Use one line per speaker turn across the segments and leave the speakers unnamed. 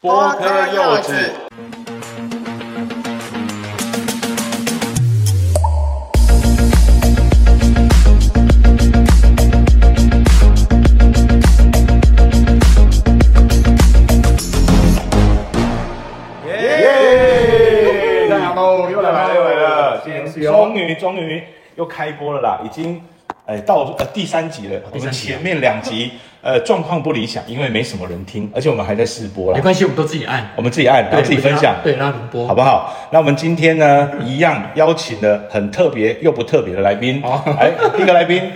剥颗柚子。
耶！大家好，又来了，又来了，今
是
天
哟
终于终于又开播了啦，已经。哎，到呃第三集了，我们前面两集呃状况不理想，因为没什么人听，而且我们还在试播啦
没。关系，我们都自己按，
我们自己按，然后自己分享，
对，让你们播，
好不好？那我们今天呢，一样邀请了很特别又不特别的来宾。
好
哎，第一个来宾，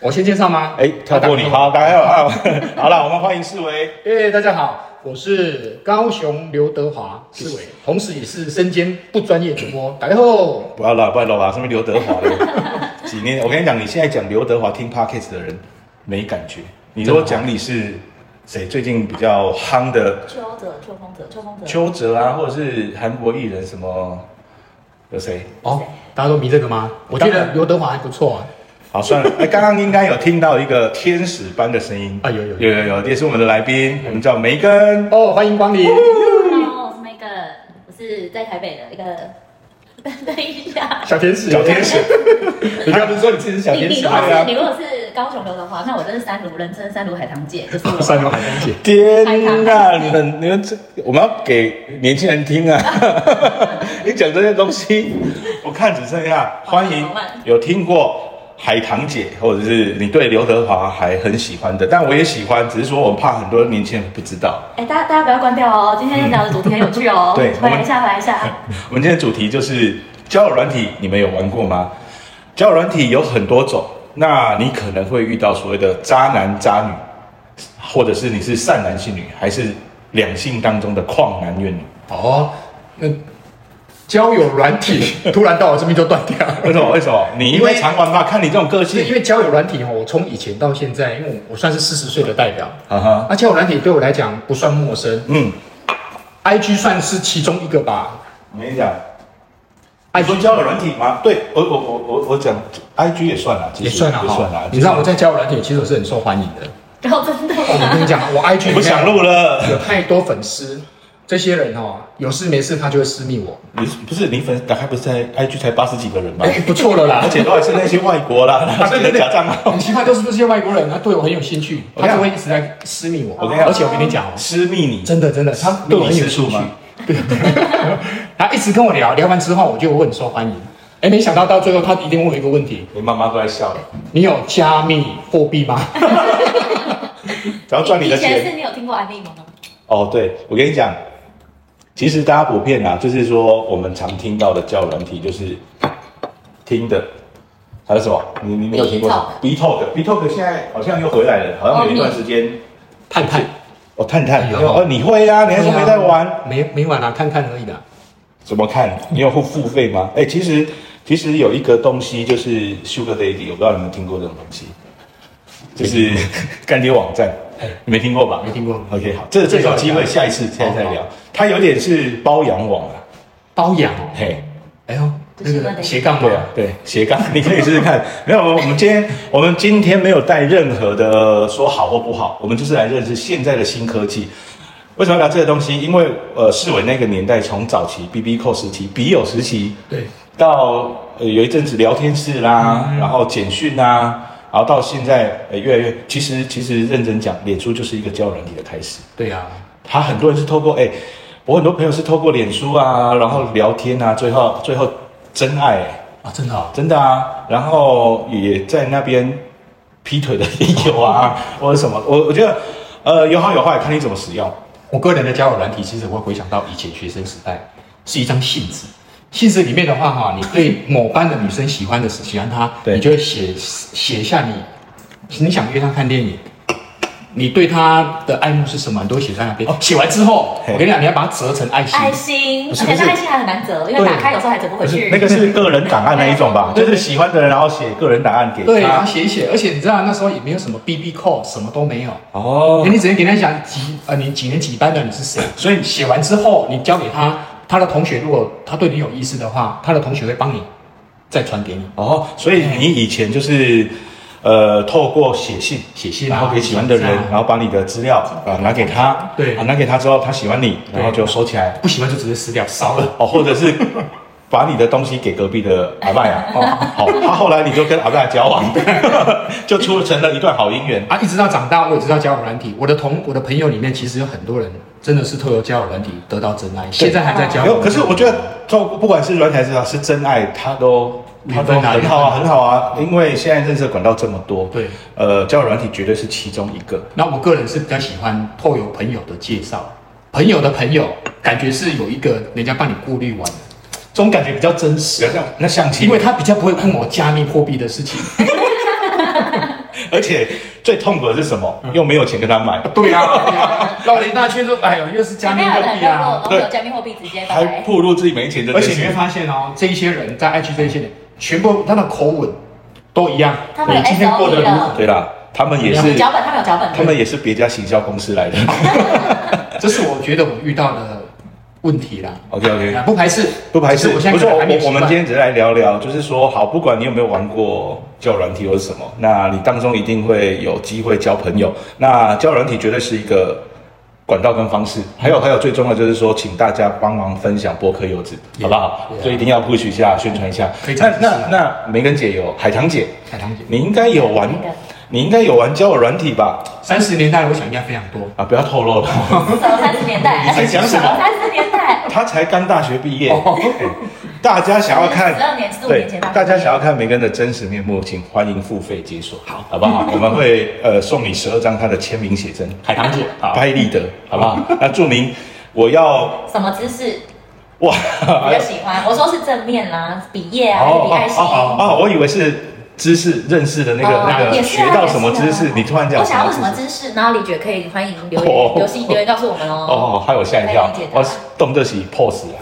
我先介绍吗？
哎，跳过你，
啊。
好，大家好，好了，我们欢迎四维。
打哎，大家好，我是高雄刘德华思维，同时也是身兼不专业主播。大家好，
不要了，不要了吧，什么刘德华的？ 几年？我跟你讲，你现在讲刘德华听 podcast 的人没感觉。你如果讲你是谁最近比较夯的
秋泽、秋风泽、秋风泽。
邱泽啊，或者是韩国艺人什么有谁？
哦，大家都迷这个吗？我觉
当
得
然
刘德华还不错啊。
好， 算了。哎，刚刚应该有听到一个天使般的声音
啊有有
有有有，也是我们的来宾，我们叫梅根。
哦，欢迎光临。
Hello，我是 Megan，我是在台北的一个。 等一下，
小天使，
小天 使，
你刚不是说你自己是小
你
天
你
使
如果
吗？
对啊
是你如果是高雄流的话，那我真是三卢人称三卢海棠姐，就是我。
山东海棠姐，
天呐，你们你们这，我们要给年轻人听 啊！你讲这些东西，我看只剩下欢迎有听过海棠姐，或者是你对刘德华还很喜欢的，但我也喜欢，只是说我怕很多年轻人不知道。
哎、大家大家不要关掉哦，今天聊的主题很有趣哦。
嗯 对嗯
回来一下，回来一下。
我们今天的主题就是交友软体，你们有玩过吗？交友软体有很多种，那你可能会遇到所谓的渣男渣女，或者是你是善男信女，还是两性当中的旷男怨女？
哦，那交友软 体突然到我这边就断掉了。
为什么？为什么？你因为
因为
常玩吧？看你这种个
是因
性，
为交友软体哦，我从以前到现在，因为我我算是四十岁的代表，
啊哈，
那交友软体对我来讲不算陌生
嗯，
，IG 算是其中一个吧。
我跟你讲，你
IG
说交友软体吗？对我我我我我讲，IG 也算啦，其实
也算了
也算啦
哈，。你知道我在交友软体其实我是很受欢迎的。
然后真的
哦，我跟你讲，我 IG
嗯我不想录了。
有太多粉丝，这些人哦，有事没事他就会私 密我，
你不是你粉，打开不是才 IG 才八十几个人吗？
哎，不错啊了啦
而。且都还是那些外国 啦，那些假账号
很。奇怪，就是这些外国人，他对我很有兴趣，
我跟
他
你讲
就会一直在私密我。
我跟你讲
而且我跟你讲哦，
私密你，
真的真的，他对我很有
私密你吃醋
兴趣
吗。
他一直跟我聊，聊完之后我觉得我很受欢迎。哎，没想到到最后他一定问我一个问题：
你妈妈都在笑，
你有加密货币吗？
只要赚你的
以前
钱
是。你有听过安利吗？
哦，对，我跟你讲，其实大家普遍啊，就是说我们常听到的叫软体，就是听的，还有什么？你你你有听过吗 b t o k b t o k 现在好像又回来了，好像有一段时间。
探探，
哦，探探，
有
哦，你会啊？你还说没在玩？
没没玩啊，看看而已啦。
怎么看？你有付付费吗？哎，其实其实有一个东西就是 Sugar Daddy，我不知道你们听过这种东西，就是 干爹网站
哎，
你没听过吧？
没听过
OK，好，这这有机会下一次下一次再聊。它有点是包养网啊，
包养哦，
嘿，
哎呦，
不是那个
斜杠
对啊
吗？，
对，斜杠， 你可以试试看。没有，我们今天我们今天没有带任何的说好或不好，我们就是来认识现在的新科技。为什么要聊这个东西？因为呃，世伟那个年代，从早期 B B 扣时期、笔友时期，
对，
到呃有一阵子聊天室啦，然后简讯啦，然后到现在呃越来越，其实其实认真讲，脸书就是一个交友软体的开始。
对啊，
他很多人是透过哎、我很多朋友是透过脸书啊，然后聊天啊，最后最后真爱、
啊，真的哦，
真的啊，然后也在那边劈腿的也有啊，或者什么，我我觉得呃有好有坏，看你怎么使用。
我个人的交友软体，其实我会回想到以前学生时代，是一张信纸。信纸里面的话哈，你对某班的女生喜欢的时喜欢她，
对
你就会写写下你你想约她看电影，你对她的爱慕是什么，你都会写在那边。哦，写完之后，
嘿
我跟你讲，你要把它折成爱心。
爱心，
不
而
是
且
不是
那爱心还很难折，因为
对
打开有时候还折不回
不
去
是。那个是个人档案那一种吧，就是喜欢的人然后写个人档案给
对，然
他
后。写一写，而且你知道那时候也没有什么 B B call，什么都没有。
哦
哎，你只能给他讲几呃，你几年几班的你是谁，
所以
你写完之后，你交给他，他的同学如果他对你有意思的话，他的同学会帮你再传给你。
哦，所以你以前就是呃，透过写信，
写信
然
啊
后给喜欢的人
是啊，
然后把你的资料啊拿给他，
对
啊拿给他之后，他喜欢你，
对
然后就收起来，
不喜欢就直接撕掉烧了。
哦，或者 是把你的东西给隔壁的阿拜啊，哦，好，他后来你就跟阿拜交往， 就促成了一段好姻缘。
啊，一直到长大，我也知道交友软体。我的同我的朋友里面，其实有很多人真的是透过交友软体得到真爱，现在还在交
没有，
友。
可是我觉得，透不管是软体还是啊，是真爱，他都他都
缘分啊
很好啊，
缘分
很好啊，因为现在认识的管道这么多，
对，
呃，交友软体绝对是其中一个。
那我个人是比较喜欢透有朋友的介绍，朋友的朋友，感觉是有一个人家帮你过滤完，这种感觉比较真实，啊
那相亲，
因为他比较不会问我加密货币的事情。
而且最痛苦的是什么？
嗯
又没有钱跟他买，
对啊， 绕了一大圈说，哎呦，又是加
前
密
面
货
有人
币
问过，
啊。
然后有加密货币直接
还
拜。
暴露自己没钱的
而
这件事
且
情，
你会发现哦，这一些人在 IG 这一些人，全部他的口吻都一样。
他们有
你今天过得
SOP
如何
了？
对啦，他们也
有
是，
脚本，他们有脚本，
他们也是别家行销公司来 的。
这是我觉得我遇到的问题啦。
OK OK，
不排斥，
不排斥。
只是我现在
不是
可
我
能还没有
我我们
习惯
今天只是来聊聊，就是说，好，不管你有没有玩过交友软体或是什么，那你当中一定会有机会交朋友。那交友软体绝对是一个管道跟方式，
嗯
还有还有最重要的就是说，请大家帮忙分享播客柚子，
Yeah，
好不好
yeah？
所以一定要 push 一下，宣传一下
非。
那
常啊
那
支持
那梅根姐有海棠姐，
海棠姐，
你应该有玩
那个，
你应该有玩交友软体吧？
三十年代我想应该非常多。
啊，不要透露了。
什么三十年代？
你在讲什么
三十年代？
他才刚大学毕业，
哦
哎 大家想要 看
12年15
对
年前大学毕业
大家想要看梅根的真实面目，请欢迎付费解锁，
好
好 不好？我们会呃送你十二张他的签名写真，
海棠姐，好，
拍立得，好不好？那注明我要
什么姿势
哇，哎
比较喜欢？我说是正面啦，比耶啊，还是比爱心？
哦哦，我以为是知识认识的那个
哦
那个
也是
学
啊
到什么
也是啊
知识，你突然讲
我想要问什么
知识？
知识，然后李觉可以欢迎留
哦
言，留信留言告诉我们哦。
哦，害我吓一跳
可以理解，的
我动这起 pose 啊，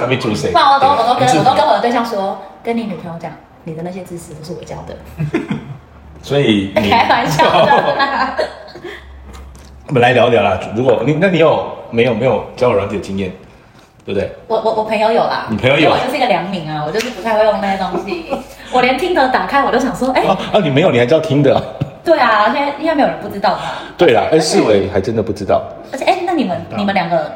上面注谁？
不然我都我都跟
很自
我
然
都跟我的对象说，跟你女朋友讲，你的那些知识都是我教的，
所以 你
开玩笑的啦。
我们来聊聊啦。如果你那你有没有没有交友软体的经验，对不对？
我我我朋友有啦，
你朋友有
因为我就是一个良民啊，我就是不太会用那些东西，我连听的打开我都想说，哎、
啊啊，你没有，你还知道听的啊、
对啊，现在应该没有人不知道吧？
对啦，哎，
而且
世伟还真的不知道。
而且哎、那你们你们两个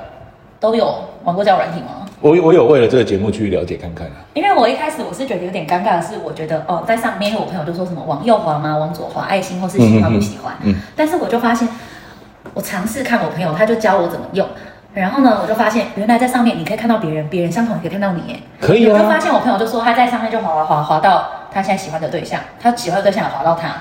都有玩过交友软体吗？
我我有为了这个节目去了解看看啊。
因为我一开始我是觉得有点尴尬的是，我觉得哦，在上面因为我朋友就说什么往右滑吗？往左滑，爱心或是喜欢不喜欢，
嗯嗯嗯
但是我就发现，我尝试看我朋友，他就教我怎么用。然后呢，我就发现原来在上面你可以看到别人，别人相同也可以看到你耶。
可以
我就发
啊，
现我朋友就说他在上面就滑滑滑滑到他现在喜欢的对象，他喜欢的对象有滑到他，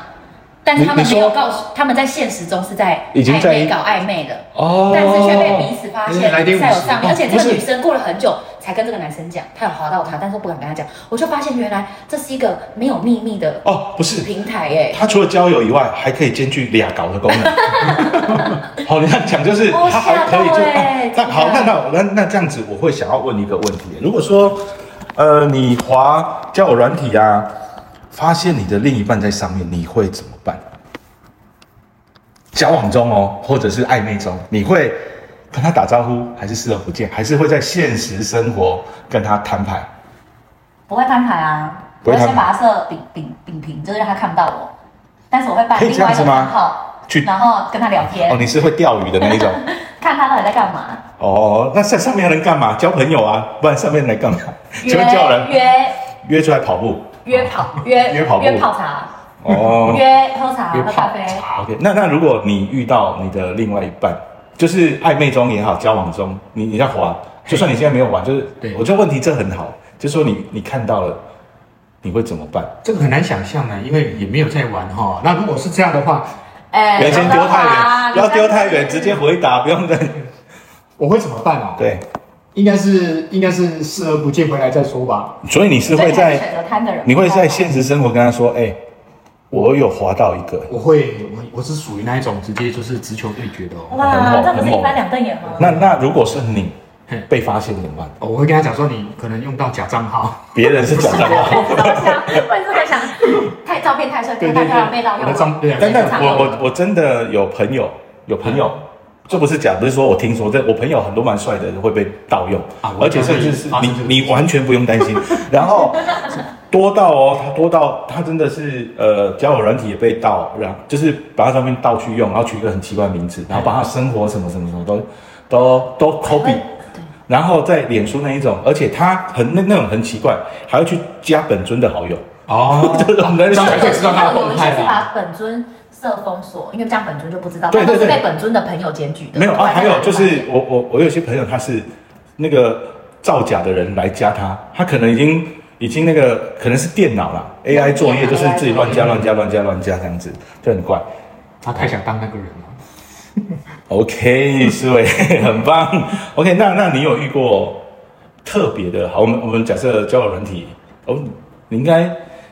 但是他们
你你
没
说
有告诉他们在现实中是在
已经
暧
在
昧搞暧昧的，
哦
但是却被彼此发
原来
现
来电
在
五
有
十
上
哦
面，而且这
不
个
是
女生过了很久才跟这个男生讲，她有滑到他，但是不敢跟他讲。我就发现原来这是一个没有秘密的
哦，不是，
平台耶、
它除了交友以外，还可以兼具俩搞的功 能。好，你这样讲就是
哦
它还可以做。
吓到欸
啊那好，那
真的
那那那这样子，我会想要问一个问题：如果说，呃，你滑交友软体啊，发现你的另一半在上面，你会怎么办？交往中哦，或者是暧昧中，你会跟他打招呼，还是视而不见，还是会在现实生活跟他摊牌？
不会摊牌啊，
不
我
会
会先
摊牌
把它设饼饼饼平，就是让他看不到我，但是我会办
可以
另
这样
外一
子
个
吗
账号
去，
然后跟他聊天，
哦，你是会钓鱼的那一种。
看他到底在干嘛。
哦，那在上面能干嘛？交朋友啊，不然上面来干嘛？请问叫人
约
约出来跑步？
约跑约
约跑步
约泡茶，
哦
约喝茶
约
喝
泡
咖啡。
，OK。那那如果你遇到你的另外一半，就是暧昧中也好，交往中，你你在滑，就算你现在没有玩，就是
对
我觉得问题这很好，就说你你看到了，你会怎么办？
这个很难想象呢，啊因为也没有在玩哈。那如果是这样的话，
哎
不要 先丢太远，不要丢太
啊你
远，
在
直接回答，不用再
我会怎么办哦？，
对。
应该是应该是视而不见回来再说吧。
所以你是
所以你
会
还是
在
选择摊的人，
你会在现实生活跟他说，哎、我有滑到一个，
我会我我是属于那一种直接就是直球对决的哦。
很猛
哇，这不是
很猛
一翻两瞪眼吗？
那那如果是你
嘿
被发现怎么办？
我会跟他讲说你可能用到假账号，
别人是假账 号。
我在想，我也是在想，太照片太帅， 太漂亮，被盗
我
用
的账
了。
对啊，啊
但但
正常
我我我真的有朋友，有朋友，这不是假，不是说我听说，这我朋友很多蛮帅的会被盗用
啊，我
而且甚至是
发
你
生这个
你完全不用担心。然后多到哦，它多到它真的是呃，交友软体也被盗，然后就是把它上面盗去用，然后取一个很奇怪的名
哎
字，然后把它生活什么什么什么都都都 copy，
对，
然后在脸书那一种，而且它很那那种很奇怪，还要去加本尊的好友，
哦，
就是我们在那
这样才
边
可以知道他的
有一
动
些
态
是
嘛。
把本尊设封锁，因为这样本尊就不知道，
对
但都是
对对
被本尊的朋友检举的。
没有啊，还有就
对嗯
是我我我有些朋友他是那个造假的人来加他，他可能已经已经那个可能是电脑啦 AI 作业就是自己乱加乱加乱加乱加这样子，就很怪。
他太想当那个人了。
OK，思维 很棒。OK，那那你有遇过特别的？好，我们我们假设交友软体，哦，你应该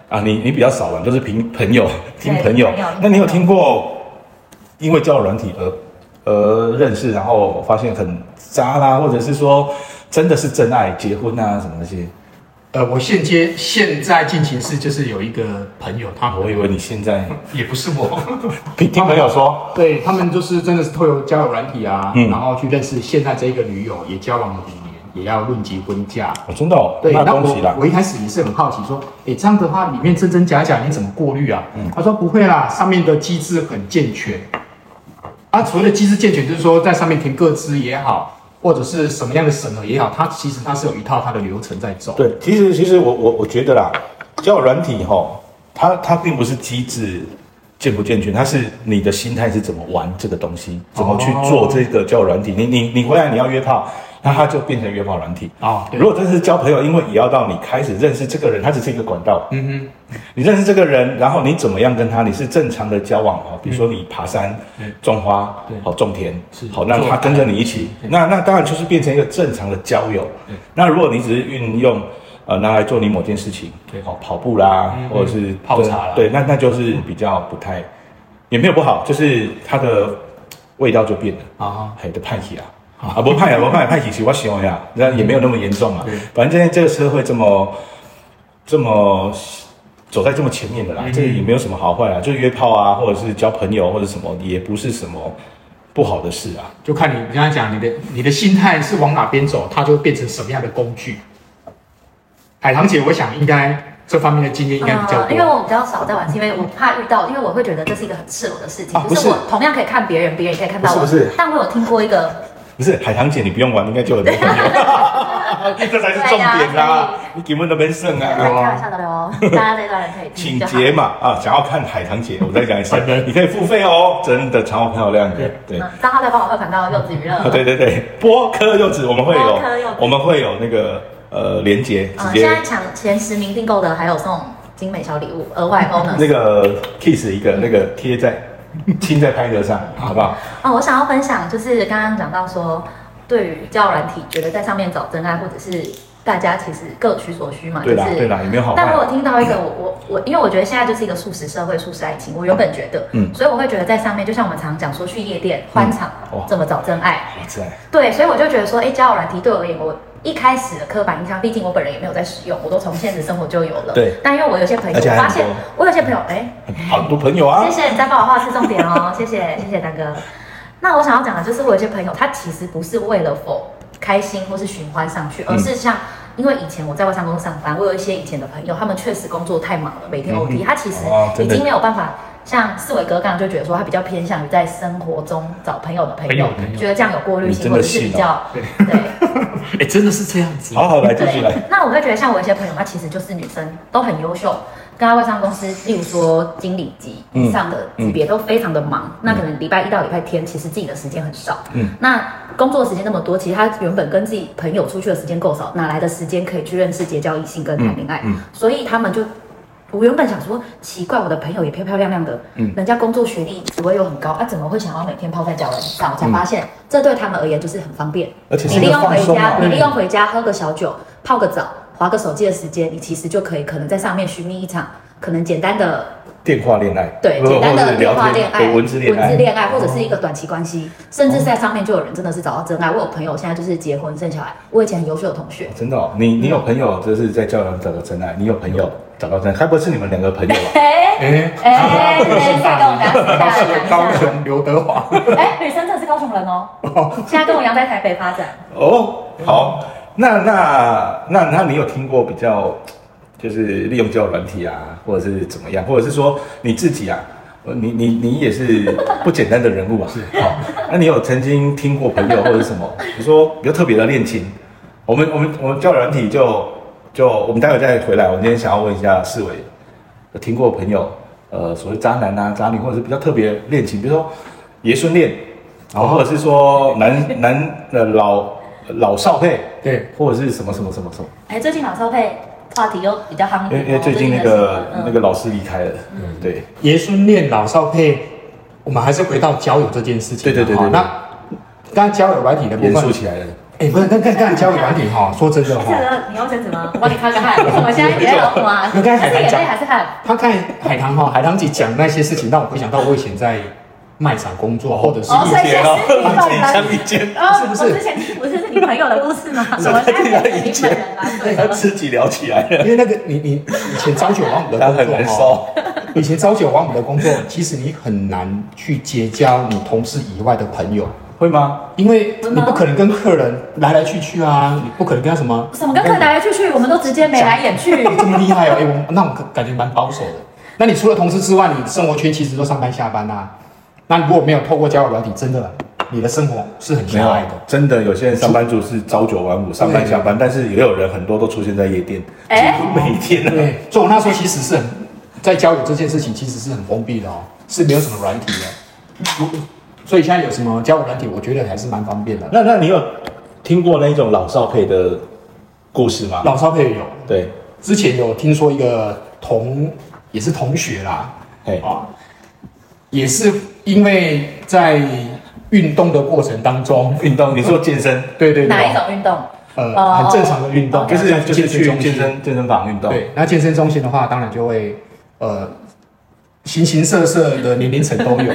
啊，你你比较少玩，都是凭朋友
对
听朋友
朋友。
那你有听过因为交友软体而而认识，然后发现很渣啦，或者是说真的是真爱结婚啊什么那些？
呃，我现接现在进行式就是有一个朋友，他
我以为你现在
也不是 我，
啊 听听朋友说，
对他们就是真的是透过交友软体啊，
嗯
然后去认识现在这一个女友，也交往了五年，也要论及婚嫁。
我真的哦，
对，
那
那
恭喜啦
我！我一开始也是很好奇，说，诶，这样的话里面真真假假，你怎么过滤啊？
嗯
他说不会啦，上面的机制很健全。啊，所谓的机制健全，就是说在上面填各资也好，或者是什么样的审核也好，它其实它是有一套它的流程在走。
对，其实其实我我我觉得啦，交友软体吼，它它并不是机制健不健全，它是你的心态是怎么玩这个东西，怎么
哦
去做这个交友软体。你你你回来你要约炮，那它就变成约炮软体。
啊，对
如果真是交朋友，因为也要到你开始认识这个人，他只是一个管道。
嗯
你认识这个人，然后你怎么样跟他？你是正常的交往哦，比如说你爬山、
嗯
种花
对、
好种田
是，
好那
做
他跟着你一起，那那当然就是变成一个正常的交友。那如果你只是运用呃拿来做你某件事情
对，
好跑步啦
嗯，
或者是
泡茶啦嗯
对，那那就是比较不太，也没有不好，就是它的味道就变了。
哼，啊，
还的派系啊，啊不派啊不派派系是我喜欢呀，那也没有那么严重啊
嗯对。
反正现在这个社会这么这么走在这么前面的啦，
嗯
这个也没有什么好坏啊，就是约炮啊，或者是交朋友或者什么，也不是什么不好的事啊。
就看你你刚才讲你的你的心态是往哪边走，它就变成什么样的工具。海棠姐，我想应该这方面的经验应该比较
嗯，因为
多。
我比较少在玩，是因为我怕遇到，因为我会觉得这是一个很赤裸的事情，
啊
就
不是
我同样可以看别人，别人也可以看到我，
不是不是
但我有听过一个，
不是海棠姐，你不用玩，应该就有人 朋友，这才是重点
对
啦
啊。
你根本都没剩
哎开
啊。
玩笑的喽，大家这段人可以听
请
就好。
节嘛啊！想要看海棠姐，我再讲一次，你可以付费哦，真的超漂亮的，对。
嗯，账号再帮我汇款到柚子娱乐。
啊，对对对，剥壳柚子我们会
剥壳柚
有
子，
我们会有那个呃连接，直
嗯，
接
现在抢前十名订购的还有送精美小礼物，额外 bonus。
那个 kiss 一个，那个 贴在亲在拍得上，好不好？
哦，我想要分享就是刚刚讲到说，对于交友软体，觉得在上面找真爱，或者是大家其实各取所需嘛，就
对啦对
是。
啦，也没有好
但我
坏
有。听到一个，我我我，因为我觉得现在就是一个素食社会，素食爱情。我原本觉得，
嗯
所以我会觉得在上面，就像我们常讲说去夜店欢场
哇
怎么找真爱，
哇塞，
对，所以我就觉得说，哎，交友软体对我而言，我一开始的刻板印象，毕竟我本人也没有在使用，我都从现实生活就有了。
对
但因为我有些朋友，
而且
我
还
发
很
现
多
我有些朋友，哎，
好多朋友啊
谢，谢你在帮我画次重点哦， 谢谢谢谢大哥。那我想要讲的就是，我有些朋友他其实不是为了否开心或是寻欢上
嗯
去，而是像、因为以前我在外商公司上班，我有一些以前的朋友，他们确实工作太忙了，每天 OT，、他其实
嗯哦真
已
的
经没有办法。像四伟哥刚刚就觉得说，他比较偏向于在生活中找朋友的朋友，
朋友朋友
觉得这样有过滤
你
性，
真
或
的哦
者是比较对。
哎，真的是这样子
好好来继续来，
那我会觉得，像我一些朋友，她其实就是女生都很优秀，跟她外商公司，例如说经理级
嗯
以上的级别都非常的忙，那可能礼拜一到礼拜天，其实自己的时间很少。
嗯
嗯，那工作时间那么多，其实她原本跟自己朋友出去的时间够少，哪来的时间可以去认识、结交异性跟谈恋爱？
嗯嗯
所以他们就。我原本想说，奇怪，我的朋友也漂漂亮亮的，
嗯
人家工作学历职位又很高，啊，怎么会想要每天泡在脚人上？我才
嗯
发现，这对他们而言就是很方便，
而且
你
是
利
个
用
放
回
松啊
家，，你利用回家喝个小酒，泡个澡，划个手机的时间，你其实就可以可能在上面寻觅一场可能简单的
电话恋爱，
对
或
简单
或者
的
是
电话
聊
恋
天，
爱、
哎对文字恋爱，哦
爱或者是一个短期关系，甚至在上面就有人真的是找到真爱。我有朋友现在就是结婚生小孩，我以前很优秀的同学，
真的哦，你你有朋友就是在交友上找到真爱，你有朋友找到真爱，该不会是你们两个朋友啊 吧？
哎
哎
哎
高
哎
雄
这个我们要试一下
高雄刘德华。
哎，女生真的是高雄人哦，现在跟我一样在台北发展。
哦，好，那那那那你有听过比较就是利用交友软体啊，或者是怎么样，或者是说你自己啊，呃你你你也是不简单的人物啊。哦，那你有曾经听过朋友或者什么，你说比较特别的恋情？我们我们我们交友软体就就我们待会再回来。我今天想要问一下四伟，有听过朋友呃所谓渣男啊、渣女，或者是比较特别的恋情，比如说爷孙恋，然后或者是说男男呃老老少配，
对，
或者是什么什么什么什么。
哎，最近老少配话题又比较夯一
因
点
为
哦，
因为最近那
最
个
的新闻嗯
那个老师离开了，
嗯
对，
爷孙恋、老少配，我们还是回到交友这件事情
对
啊。
对对对
哦
对
那刚刚交友软体的部
严肃
分，
起来了。
哎，不是，那刚刚交友软体 哈，说真的
这
哈，
个你要这样子吗？我帮你擦个汗，我现在也要吗？
应该还
是
能
眼
讲
泪还是汗？
他看海棠哈，海棠姐讲那些事情，让我回想到我以前在卖场工作，或者是
哦所以
间哦
是你本人
像一间，
哦，
不是
我之前不是是你朋友的故事吗？我现在变成你本人了，对
他
了
自己聊起来了，
因为那个你你以前朝九晚五的
他
工
很
作
难
哦，
受。
以前朝九晚五的工作，其实你很难去结交你同事以外的朋友，
会吗？
因为
真
你
的吗
不可能跟客人来来去去啊，你不可能跟他什么
什么跟客人来来去去，我们都直接眉来眼去。
这么厉害哦，哎、我那我感觉蛮保守的。那你除了同事之外，你生活圈其实都上班下班呐、啊。那如果没有透过交友软体，真的你的生活是很狭隘的。
真的有些人上班族是朝九晚五，上班
对
下班，但是也有人很多都出现在夜店，
哎
几乎每天啊。
对，所以我那时候其实是很在交友这件事情其实是很封闭的哦，是没有什么软体的。所以现在有什么交友软体，我觉得还是蛮方便的。
那那你有听过那种老少配的故事吗？
老少配有，
对，
之前有听说一个同也是同学啦，
哎，
啊，也是因为在运动的过程当中，
运动，你说健身，
对对对，
哪一种运动？
呃，
哦
很正常的运动，啊
就是就是去
中心
啊健身健身房运动，
对，那健身中心的话，当然就会呃，形形色色的年龄层都有。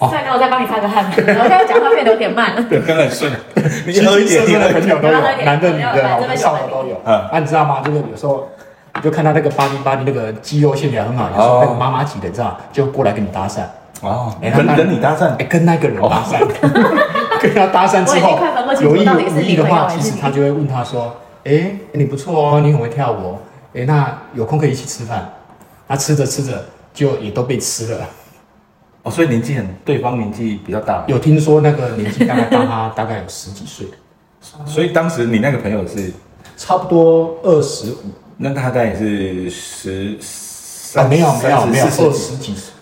哦
帅哥，我再帮你擦个汗。我现在讲话变得有点慢。
对，刚很顺， 你
形
喝
形
一
色
点，你
色
喝
的
一点
朋友都有
喝一，点
男的、女
喝一点
的、老
这边
的、
有
少的都有。
嗯
啊，你知道吗？就是有时候你就看他那个巴黎巴黎那个肌肉线条很好，有时候那个妈妈级的，你知道，就过来跟你搭讪，
哦，
哎
等
那
等你搭讪哦
哎，，跟那个人搭讪， 跟他搭讪之
我已经
后
快分不，清楚
有意
到底是
无意的
你朋友
话，
还是
其
你
实他就会问他说：“哎，你不错哦，你很会跳舞哦，哎，那有空可以一起吃饭。”那吃着吃着就也都被吃了。
哦，所以年纪很，对方年纪比较大，
有听说那个年纪大概大他大概有十 几岁，
所以当时你那个朋友是，
差不多二十五
那他大概也是十
啊，
三，
没有没有没有
四
二十几岁，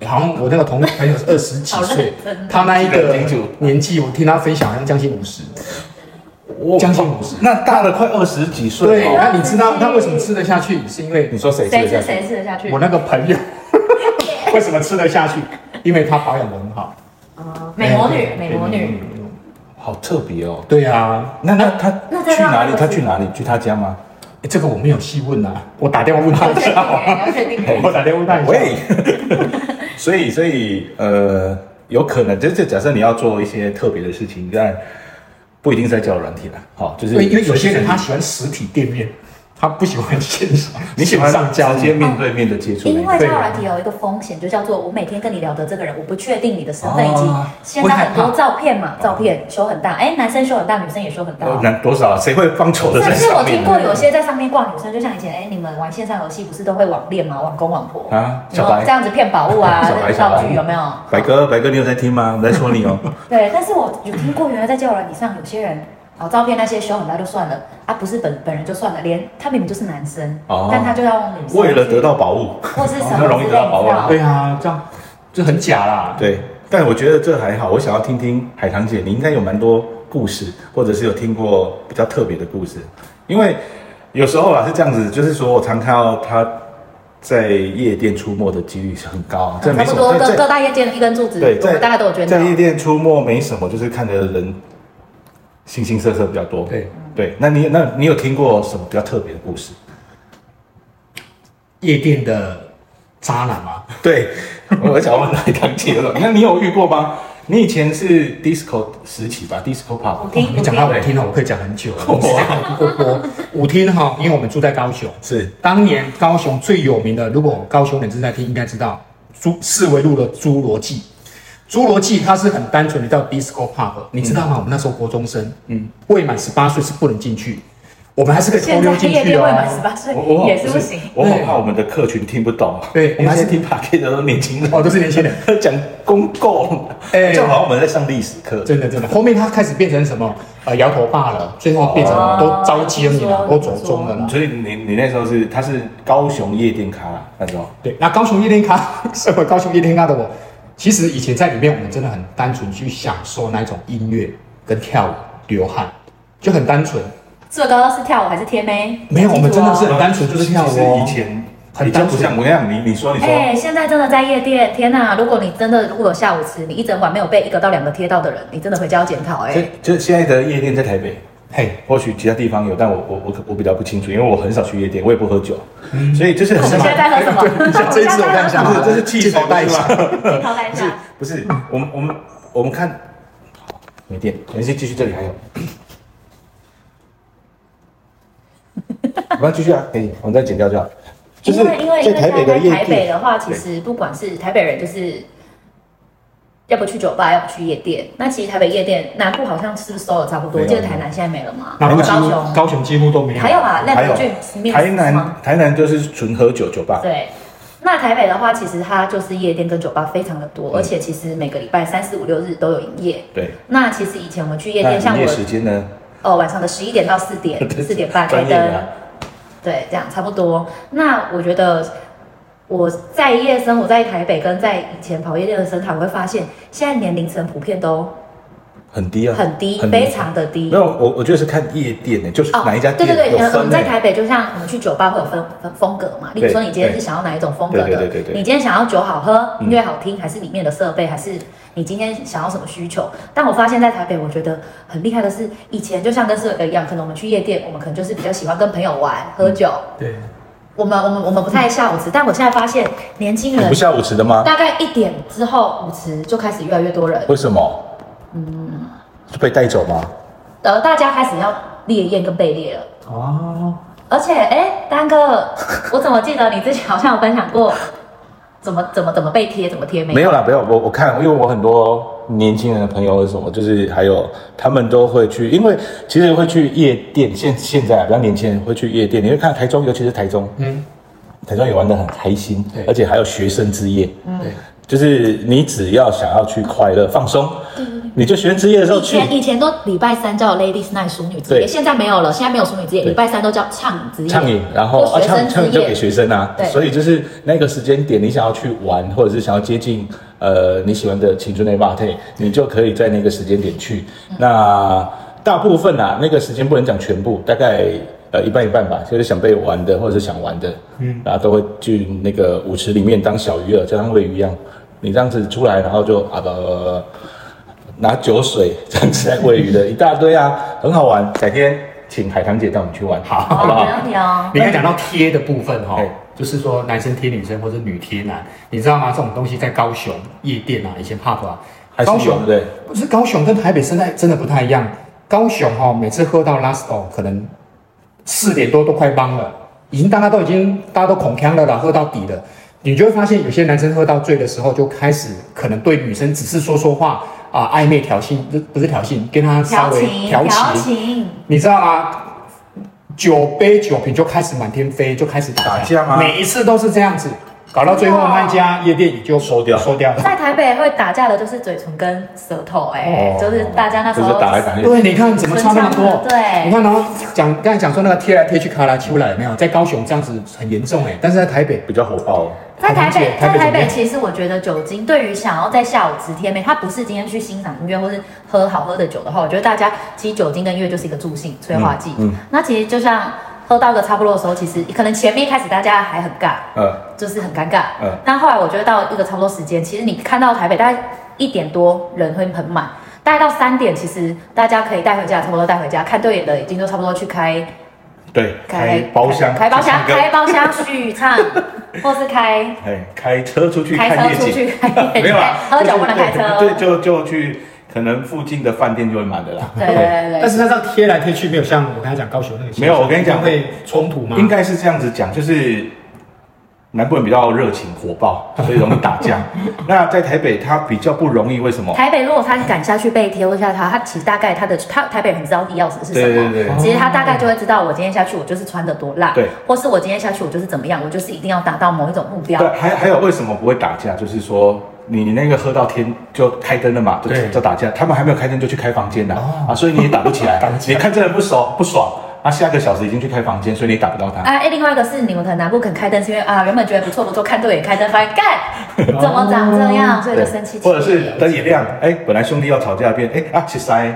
哎好像我那个同朋友是二十几
好
岁
认真，
他那一
记得
个
很清楚
年纪，我听他分享好像将近五十，
我
将近五十。
那大了快二十几岁
对，
哦。
那你知道他为什么吃得下去？是因为
你说谁
谁
谁
吃
谁？
谁吃得下去
我？那个朋友为什么吃得下去？因为他保养得很好。
哦美魔
嗯
女，美魔女。
好特别哦。
对啊，
那那他
那再
去
让
哪
他
里？
们
他
去
去哪里？去他 家吗？
诶这个我没有细问啊，我打电话问他一
确定
下。
欸，要确 定。
我打电话问他一下。
喂， 所以所以呃，有可能就是假设你要做一些特别的事情，但不一定是在交友软体啦。好，就是
因为因为有些人他喜欢实体店面，他不喜欢线上，
你喜欢
线上交
直
易
接面对面的接触，
哦因为交
对
友
啊
软体有一个风险，就叫做我每天跟你聊的这个人，我不确定你的身份，
哦
以及现在很
会害
多
怕
照片嘛，照片修很大，哎，男生修很大，女生也修很大哦。
难多少？谁会放球的
甚
在
至我
上面
听
呢？
过有些在上面挂女生，就像以前，哎，你们玩线上游戏不是都会网恋吗？网公网婆
啊
有
小
没有
白
这样子骗宝物啊
小白，小白
道具有没有？
白哥，白哥，你有在听吗？我们在说你哦。
对，但是我有听过，原来在交友软体上有些人。哦，照片那些修很大就算了啊，不是本本人就算了，连他明明就是男生，
哦
但他就要用女生，
为了得到宝物，
或是什么
那容易得到宝物啊
之类
对啊，这样就很假啦。
对。但我觉得这还好，我想要听听海棠姐，你应该有蛮多故事，或者是有听过比较特别的故事，因为有时候啊是这样子，就是说我常看到她在夜店出没的几率是很高，这
你知道吗嗯
没
差
什
不多
么，
各
在
各
在
大夜店的一根柱子，
对，
我
在
们大家都有捐到
在。夜店出没没什么，就是看的人形形色色比较多。
对，
对，那你那你有听过什么比较特别的故事？
夜店的渣男嘛，
对，我想问来当姐 了，那你有遇过吗？你以前是 disco 时期吧，disco
我
pub
听
你讲到舞厅了，我可以讲很久。我我舞厅哈，因为我们住在高雄，
是
当年高雄最有名的，如果高雄人正在听，应该知道朱四维路的侏罗纪。侏罗纪它是很单纯的叫 disco pub，你知道吗？我们那时候国中生，嗯，未满十八岁是不能进去。我们还是可以偷
现
溜
在
进
夜
去
店未
哦
满。十八岁
啊我我
也是不行。
我好怕我们的客群听不懂。
对
我们还是听 p a r k 的都年轻人，
哦，都是年轻人，
讲公共，
哎
就好像我们在上历史课。
真的真的。后面他开始变成什么？呃，摇头霸了，最后变成
哦
都招奸你了，
不
都
错
走中了啦。
所以你你那时候是他是高雄夜店咖啦，那时候
对，那高雄夜店咖， 身为高雄夜店咖的我，其实以前在里面，我们真的很单纯去享受那种音乐跟跳舞、流汗，就很单纯。
最高是跳舞还是贴妹？
没有我们真的是
记
很单纯就是跳舞哦
其实以前
很
比较
单
不
纯
像模样。你你说你
住哦。
说，
哎、现在真的在夜店，天哪！如果你真的如果有下午吃，你一整晚没有被一个到两个贴到的人，你真的回家要检讨哎。
就就现在的夜店在台北，
嘿，
或许其他地方有，但我我我我比较不清楚，因为我很少去夜店，我也不喝酒，所以就是
我
很
们现在在喝什么？我们现
这一次我
在
看一
喝什
下
不
么
是？这是气
镜
头
头带一下
镜头来一下。
不是，我们我们我们看，没电，我们先继续，这里 还有。我们要继续啊，可以，我们再剪掉就好。就是
因为因为因
在
为
台
现
北
在
的
在
夜
台北
店，
的话，其实不管是台北人，就是要不去酒吧，要不去夜店。那其实台北夜店南部好像是不是收了差不多？
没有
我记得台南现在没了吗？
然后几
高
乎
雄
高雄几乎都没有。
还有吧 l
还
a
有
b d r e a m
台南台南就是纯喝酒酒吧，
对。那台北的话，其实它就是夜店跟酒吧非常的
嗯
多，而且其实每个礼拜三四五六日都有营业。
对。
那其实以前我们去夜
那
店，像
营业时
我
间呢？，
哦晚上的十一点到四点 四点半开
专业的
灯
啊，，
对，这样差不多。那我觉得我在夜生活在台北跟在以前跑夜店的生态，我会发现现在年龄层普遍都
很低啊，
很低，
很
非常的低
没。有，我我觉得是看夜店呢，就是哪一家
哦对
店
对对，呃可
有
能我
分
们
呢
在？台北，就像我们去酒吧会有分分风格嘛。例如说，
对
你今天是想要哪一种风格的？
对对对对对
你今天想要酒好喝，
嗯
音乐好听，还是里面的设备，还是你今天想要什么需求？但我发现，在台北，我觉得很厉害的是，以前就像跟四个一样，可能我们去夜店，我们可能就是比较喜欢跟朋友玩、喝
嗯
酒。
对，
我们我们我们不太下午吃，但我现在发现年轻
你
人
不啊下午吃的吗？
大概一点之后，舞池就开始越来越多人，
为什么？嗯，被带走吗？
呃，大家开始要烈焰跟被烈了。
哦，
而且，哎，丹哥，我怎么记得你之前好像有分享过，怎么怎么怎么被贴，怎么贴没？
没有啦，没有。我我看，因为我很多年轻人的朋友或者什么，就是还有他们都会去，因为其实会去夜店。现现在啊比较年轻人会去夜店，你会看到台中，尤其是台中，
嗯，
台中也玩得很开心
对，嗯
而且还有学生之夜。
对，
就是你只要想要去快乐放松，你就学生之夜的时候
以
去。
前以前都礼拜三叫 Ladies Night 淑女之夜，
对
现在没有了，现在没有淑女之夜，
对
礼拜三都叫畅饮之夜。
畅饮，然后
或
啊，
学
畅饮
生
畅饮
之
就给
夜。
学生啊，
对
所以就是那个时间点，你想要去玩，或者是想要接近呃你喜欢的青春类 party，你就可以在那个时间点去。
嗯
那大部分啊，那个时间不能讲全部，大概呃一半一半吧，就是想被玩的或者是想玩的，嗯，然后都会去那个舞池里面当小鱼儿，就像喂鱼一样，你这样子出来，然后就啊不。拿酒水这样子来喂鱼的一大堆啊，很好玩。改天请海棠姐带我们去玩，好，好不
哦，
好
没？问题哦。
你刚才讲到贴的部分哈、
哎
就是说男生贴女生或者女贴男，你知道吗？这种东西在高雄夜店啊，以前 pub 啊，
还是有
高雄
对
不是高雄跟台北生态真的不太一样。高雄哈、每次喝到 last o 可能四点多都快帮了，已经大家都已经大家都恐呛了啦，喝到底了。你就会发现，有些男生喝到醉的时候，就开始可能对女生只是说说话啊、暧昧挑衅，不不是挑衅，跟她稍
调
微
情，
调
调
情，
情，
你知道吗？酒杯酒瓶就开始满天飞，就开始
打
打
架吗
每一次都是这样子，搞到最后那一家夜店也就
收掉
收掉。
在台北会打架的就是嘴唇跟舌头，哎
哦，
就是大家那时
就是
候
打来打去，
对，你看怎么差那么多？
对
你看，然后讲刚才讲说那个贴来贴去、卡来出来，有没有？在高雄这样子很严重哎、但是在台北，
比较火爆、哦。
在台北，在
台
台
北怎么
北，
样
其实我觉得酒精对于想要在下午直贴妹，他不是今天去欣赏音乐或是喝好喝的酒的话，我觉得大家其实酒精跟音乐就是一个助兴催化剂。
嗯嗯
那其实就像喝到一个差不多的时候，其实可能前面一开始大家还很尬，
呃，
就是很尴尬。
嗯
但后来我觉得到一个差不多时间，其实你看到台北大概一点多人会很满，大概到三点，其实大家可以带回家，差不多带回家，看对眼的已经就差不多去开
对，开包厢，
开包厢、
去唱歌
开包厢续唱，或是开。
哎，开车出去看
开
夜
车出
景，
去看夜景，
没有啦，
喝酒不能开车哦。
对，就就去可能附近的饭店就会满的啦。
对对
哎
对
但
对
是它这样贴来贴去，没有像我刚才讲高雄那个，嗯
没有我跟你讲
会冲突吗？
应该是这样子讲，就是南部人比较热情火爆，所以容易打 架。那在台北，他比较不容易，为什么？
台北如果他敢下去被贴或下他，他其实大概他的他台北人很知道你要什么是什
对
么，
对对
其实他大概就会知道我今天下去我就是穿的多烂，
对，
或是我今天下去我就是怎么样，我就是一定要达到某一种目标
对，。还还有为什么不会打架？就是说你那个喝到天就开灯了嘛，就
对
就打架。他们还没有开灯就去开房间了、
哦
啊，所以你也打不 起来。
打不起来
你看这人不爽不爽，啊，下个小时已经去开房间，所以你也打不到他。
哎、哎，另外一个是你们可能南部肯开灯，是因为啊原本觉得不错不错，看对眼开灯，发现干 怎么长这样，所以就
哦对
生气气。
或者是灯也亮，哎，本来兄弟要吵架变，哎啊，去塞，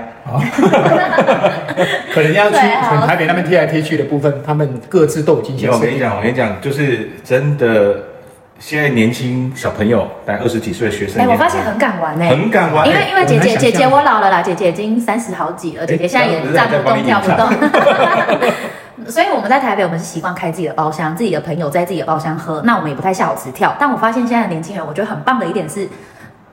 可能要去
对啊
可能台北那边贴来贴去的部分，他们各自都已经
没
先
有我
设
跟你
定
讲，我跟你讲，就是真的，现在年轻小朋友，大概二十几岁的学生，
哎、我发现很敢玩哎、
很哎敢玩，
因为因为姐
我很
姐
想
姐姐
象
我老了啦，姐姐已经三十好几了，姐姐现在也站不动跳不动。 所以我们在台北，我们是习惯开自己的包厢，自己的朋友在自己的包厢喝，那我们也不太下午吃跳。但我发现现在的年轻人，我觉得很棒的一点是。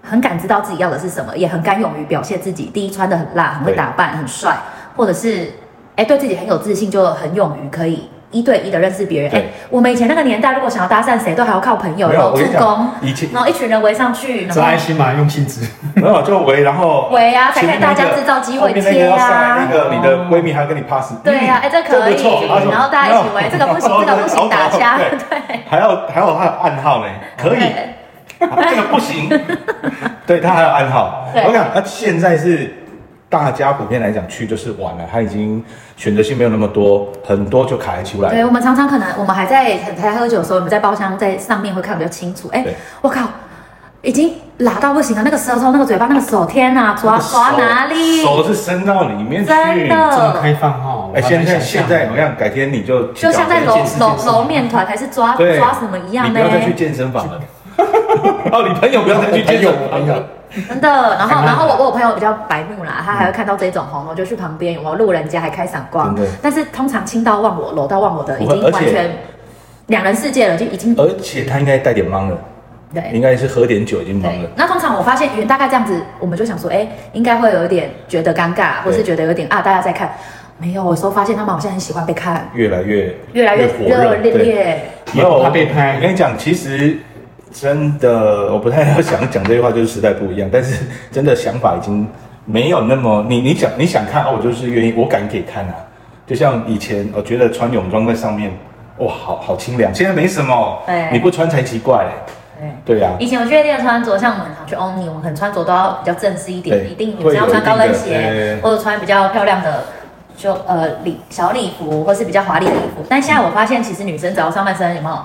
很敢知道自己要的是什么，也很敢勇于表现自己。第一，穿的很辣，很会打扮，很帅，或者是哎、对自己很有自信，就很勇于可以一对一的认识别人。哎、
对
我们以前那个年代，如果想要搭讪谁，都还要靠朋友，
没
然
有，
后
我
助
跟你
攻
讲，，以前
然后一群人围上去，然
折
后
爱心嘛，用心值。
嗯
没有就围，然后
围啊，才
前
可
面
以
那
大
个
家制造机会
后面那个
贴
要上来
啊
那。个你的闺蜜还要跟你 pass，
对呀、啊，哎、这可
这不错然后
以，
就
然后大家一起围，这个不行，这个不行，打架，对，
还要还有他的暗号呢，可以，
对
啊这个不行，对他还有暗号。
对
我想，他现在是大家普遍来讲去就是玩了，他已经选择性没有那么多，很多就卡在出来
对，
了。
我们常常可能我们还在才喝酒的时候，我们在包厢在上面会看比较清楚。哎
对，
我靠，已经辣到不行了，那个舌头、那个嘴巴、那个手，天哪，抓抓哪里？
手是伸到里面去。
真的
这么开放哦哈，
哎，现在现在我
我要
想改天你就去
就像在
找
揉
健身
揉揉面团还是抓
对
抓什么一样
你
呢
不？要再去健 身房了。哦，你朋友不要再去健身
我
房
朋友
了。，
真的，然
看
后
看
然后我我有朋友比较白目啦，他还会看到这种红，我就去旁边，我路人家还开闪光
真的，
但是通常亲到忘我，搂到忘我的，
不
已
会
经
而且
完全两人世界了，就已经
而且他应该带点懵了，
对
应该是喝点酒已经懵
对
了。。
那通常我发现，嗯大概这样子，我们就想说，哎，应该会有一点觉得尴尬，或是觉得有点啊，大家在看，没有，我有时候发现他们好像很喜欢被看，
越来越
越来越
火
热
热，对。
烈，
没有
怕被拍
我跟你讲，其实真的，我不太要想讲这句话，就是时代不一样，但是真的想法已经没有那么你你想你想看啊，我就是愿意，我敢给看啊。就像以前，我觉得穿泳装在上面，哇，好好清凉。现在没什么
对，
你不穿才奇怪、
对。
对啊呀、
以前我去夜店的穿着，像我们常去 Only，我们可能穿着都要比较正式一点，
对
一定
会
女生要
有
穿高
一
跟
定的
鞋
对，
或者穿比较漂亮的就呃礼小礼服，或是比较华丽的衣服。但现在我发现，其实女生只要上半身有没有，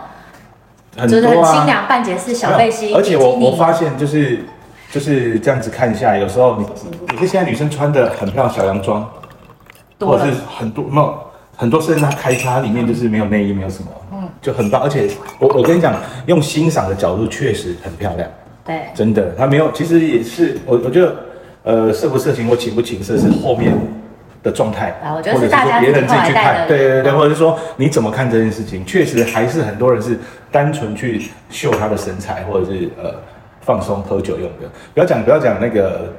很
就是
多
很
啊
清凉半截式小背心，
而且我
比基尼
我发现就是就是这样子看一下来，有时候你你看现在女生穿的很漂亮小洋装，
多
或
了
者是很多没有很多甚至它开叉里面就是没有内衣，没有什么，嗯，就很棒。而且我我跟你讲，用欣赏的角度确实很漂亮，
对
真的，它没有，其实也是我我觉得呃色不色情或情不情色是后面。的状态
啊我觉，得
或
是
者
大家
说别人自己去
自己后来带的嗯
看，对对对对，或者是说你怎么看这件事情，确实还是很多人是单纯去秀他的身材，或者是呃放松喝酒用的。不要讲不要讲那个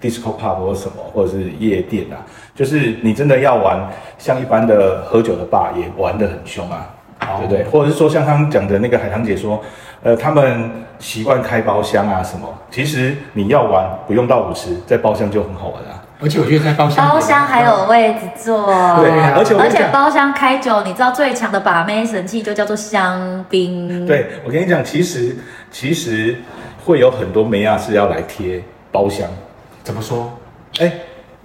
disco pub 或什么，或者是夜店啊，就是你真的要玩，像一般的喝酒的吧也玩得很凶啊，
哦
对不对？或者是说像他们讲的那个海棠姐说，呃，他们习惯开包厢啊什么，其实你要玩不用到舞池，在包厢就很好玩啊。
而且我觉得在包厢
包厢还有位置坐，
对，
啊
而且我
而
跟你
且
讲，
包厢开酒，你知道最强的把妹神器就叫做香槟，，
对我跟你讲，其实其实会有很多梅亚是要来贴包厢。
怎么说？
哎，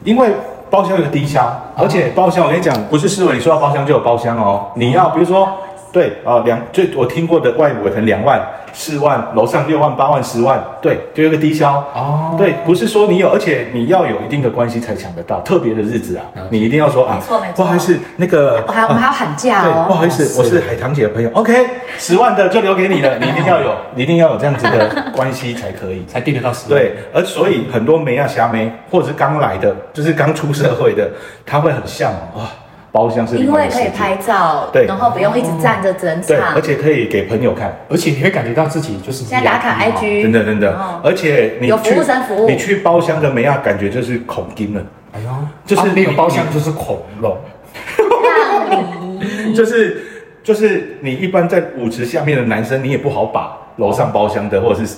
因为包厢有个低消，
啊
而且包厢我跟你讲，不是师傅你说到包厢就有包厢哦。你
嗯
要比如说，对哦，两最我听过的外国可能两万、四万，楼上六万、八万、十万，对，就有个低消。
哦
对，不是说你有，而且你要有一定的关系才抢得到，特别的日子啊
了解，
你一定要说啊
没错没，哎
不
错
好意思，那个
我还我们还要喊价
对，不
哦，
好意思，
哦
我
是
是海棠姐的朋友。OK，十万的就留给你了，你一定要有，你一定要有这样子的关系才可以。
才订得到十万
对，而所以很多梅亚霞梅或者是刚来的，就是刚出社会的，他会很向往啊，包厢是另
因
外
为
的
可以
世界
拍照，
对
然后不用一直站着整
对，
场
而，且可以给朋友看，
而且你会感觉到自己就是
现在打卡
VIP 哦
IG
真的真的
哦，
而且你
有
去
服务生服务
你去包厢的梅亚感觉就是恐惊了，
哎呦，
就是
啊没有
你
包厢就是恐龙，
让你
就是就是你一般在舞池下面的男生，你也不好把楼上包厢的或者是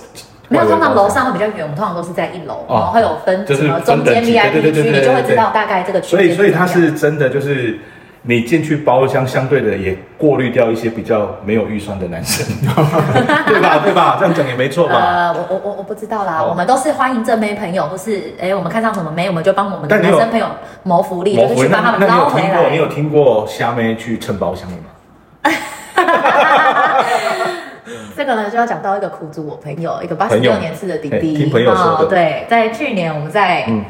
没有，
外围
通常
包厢
楼上会比较远，我们通常都是在一楼，然
哦
后会有分
就是
什么
分
中
等
间
级对
VIP
对对对
区，
对
你就会
对
知道大概这个区
所
间
以，所以
怎么
它
样
是真的，就是你进去包厢，相对的也过滤掉一些比较没有预算的男生， 对吧？对吧？这样讲也没错吧？
呃，我我我我不知道啦，
哦
我们都是欢迎正妹朋友，或是哎，我们看上什么妹，我们就帮我们的
但你
男
有
生朋友谋福利，就是
我
去帮他
那
们
那你有
捞回
听过你有
来。
听过虾妹去蹭包厢的吗？
这个呢，就要讲到一个苦主我朋友，一个八十
朋友
六年次的弟弟，
哎听朋友说的
哦对，在去年我们在，
嗯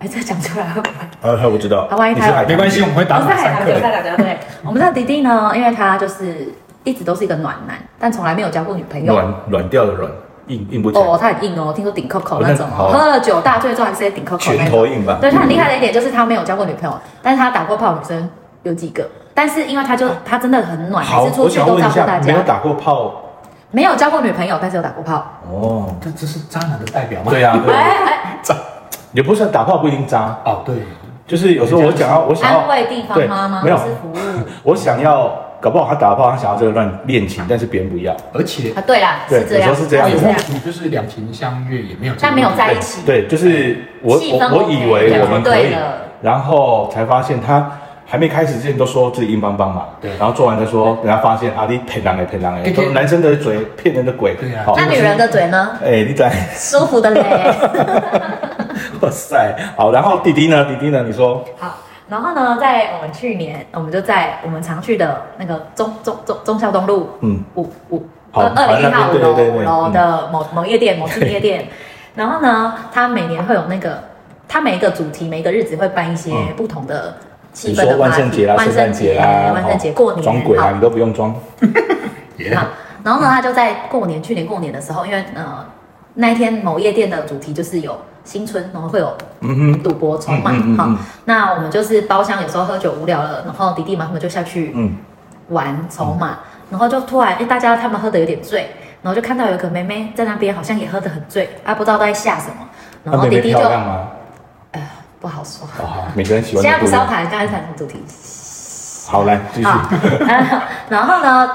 哎，这讲出来会不会？
啊，他不知道
啊万一
你
他
是海
没关系，我
我
们会打
哦不是
马
海
赛
棠
克
酒，。大家 对。我们的弟弟呢，因为他就是一直都是一个暖男，但从来没有交过女朋友。
软软掉的软，硬硬不起来，
哦，他很硬哦，听说顶 Coco 那种
好
哦，喝了酒大醉之后还是在顶 Coco 那
拳
种。
头硬吧？
对他很厉害的一点就是他没有交过女朋友，但是他打过炮女生有几个，但是因为他就他真的很暖，
哦好，
每次
我
出去
想
都
问
照
一
顾大
下，没有
家。
打过炮
没有交过女朋友，但是有打过炮。
哦？
这这是渣男的代表吗？
对呀，对
哎
啊，
哎，
也不算打炮不一定渣，
哦，对，
就是有时候我想要，我想
安
要
慰地方妈妈
对没有
是服务
我想要，搞不好他打炮，他想要这个乱恋情，但是别人不要。
而且
啊，对啦，
对啊
是这样，
有时候是这样
他
是
有
这
没
样
有，你就是两情相悦也没有这个问题，
但没有在一起。
对，就是我
气
我
氛
我
OK，
以为我
两
们
个
可
对
以，
了，
然后才发现他还没开始之前都说自己硬邦邦嘛，
对
然后做完才说，人家发现啊，你骗人的骗人的，
对
都
对
是男生的嘴骗人的鬼，
对啊
好
那女人的嘴呢？
哎，你在，
舒服的嘞。
哇塞，好，然后弟弟呢？弟弟呢？你说
好，然后呢，在我们去年，我们就在我们常去的那个中中中中孝东路，
嗯
嗯，五五
好
二二零一号五
哦好那边
楼
对对对嗯
五楼的某某夜店，某次夜店。然后呢，它每年会有那个，它每一个主题、每一个日子会办一些
嗯
不同的气
你
氛
说
的
万
party，
圣节啦，
万
圣
圣
诞
节哎
节啦，
万圣节、
好
过年
装鬼
好
啊，你都不用装，
耶
好，然后呢，他就在过年，去年过年的时候，因为呃那一天某夜店的主题就是有新春，然后会有
嗯哼，
赌博筹码
嗯嗯嗯
好
嗯，
那我们就是包厢，有时候喝酒无聊了，然后弟弟嘛他们就下去
嗯，
玩筹码，然后就突然哎、诶大家他们喝的有点醉，然后就看到有个妹妹在那边好像也喝得很醉，啊不知道在下什么，然后
那啊妹
弟
妹
弟
漂
就
亮吗？
不好说。
哦好，每个人喜欢
现在
的
不
不一
是要
样。
谈刚才谈什么主题？
好，来继续。
好，啊 然后呢，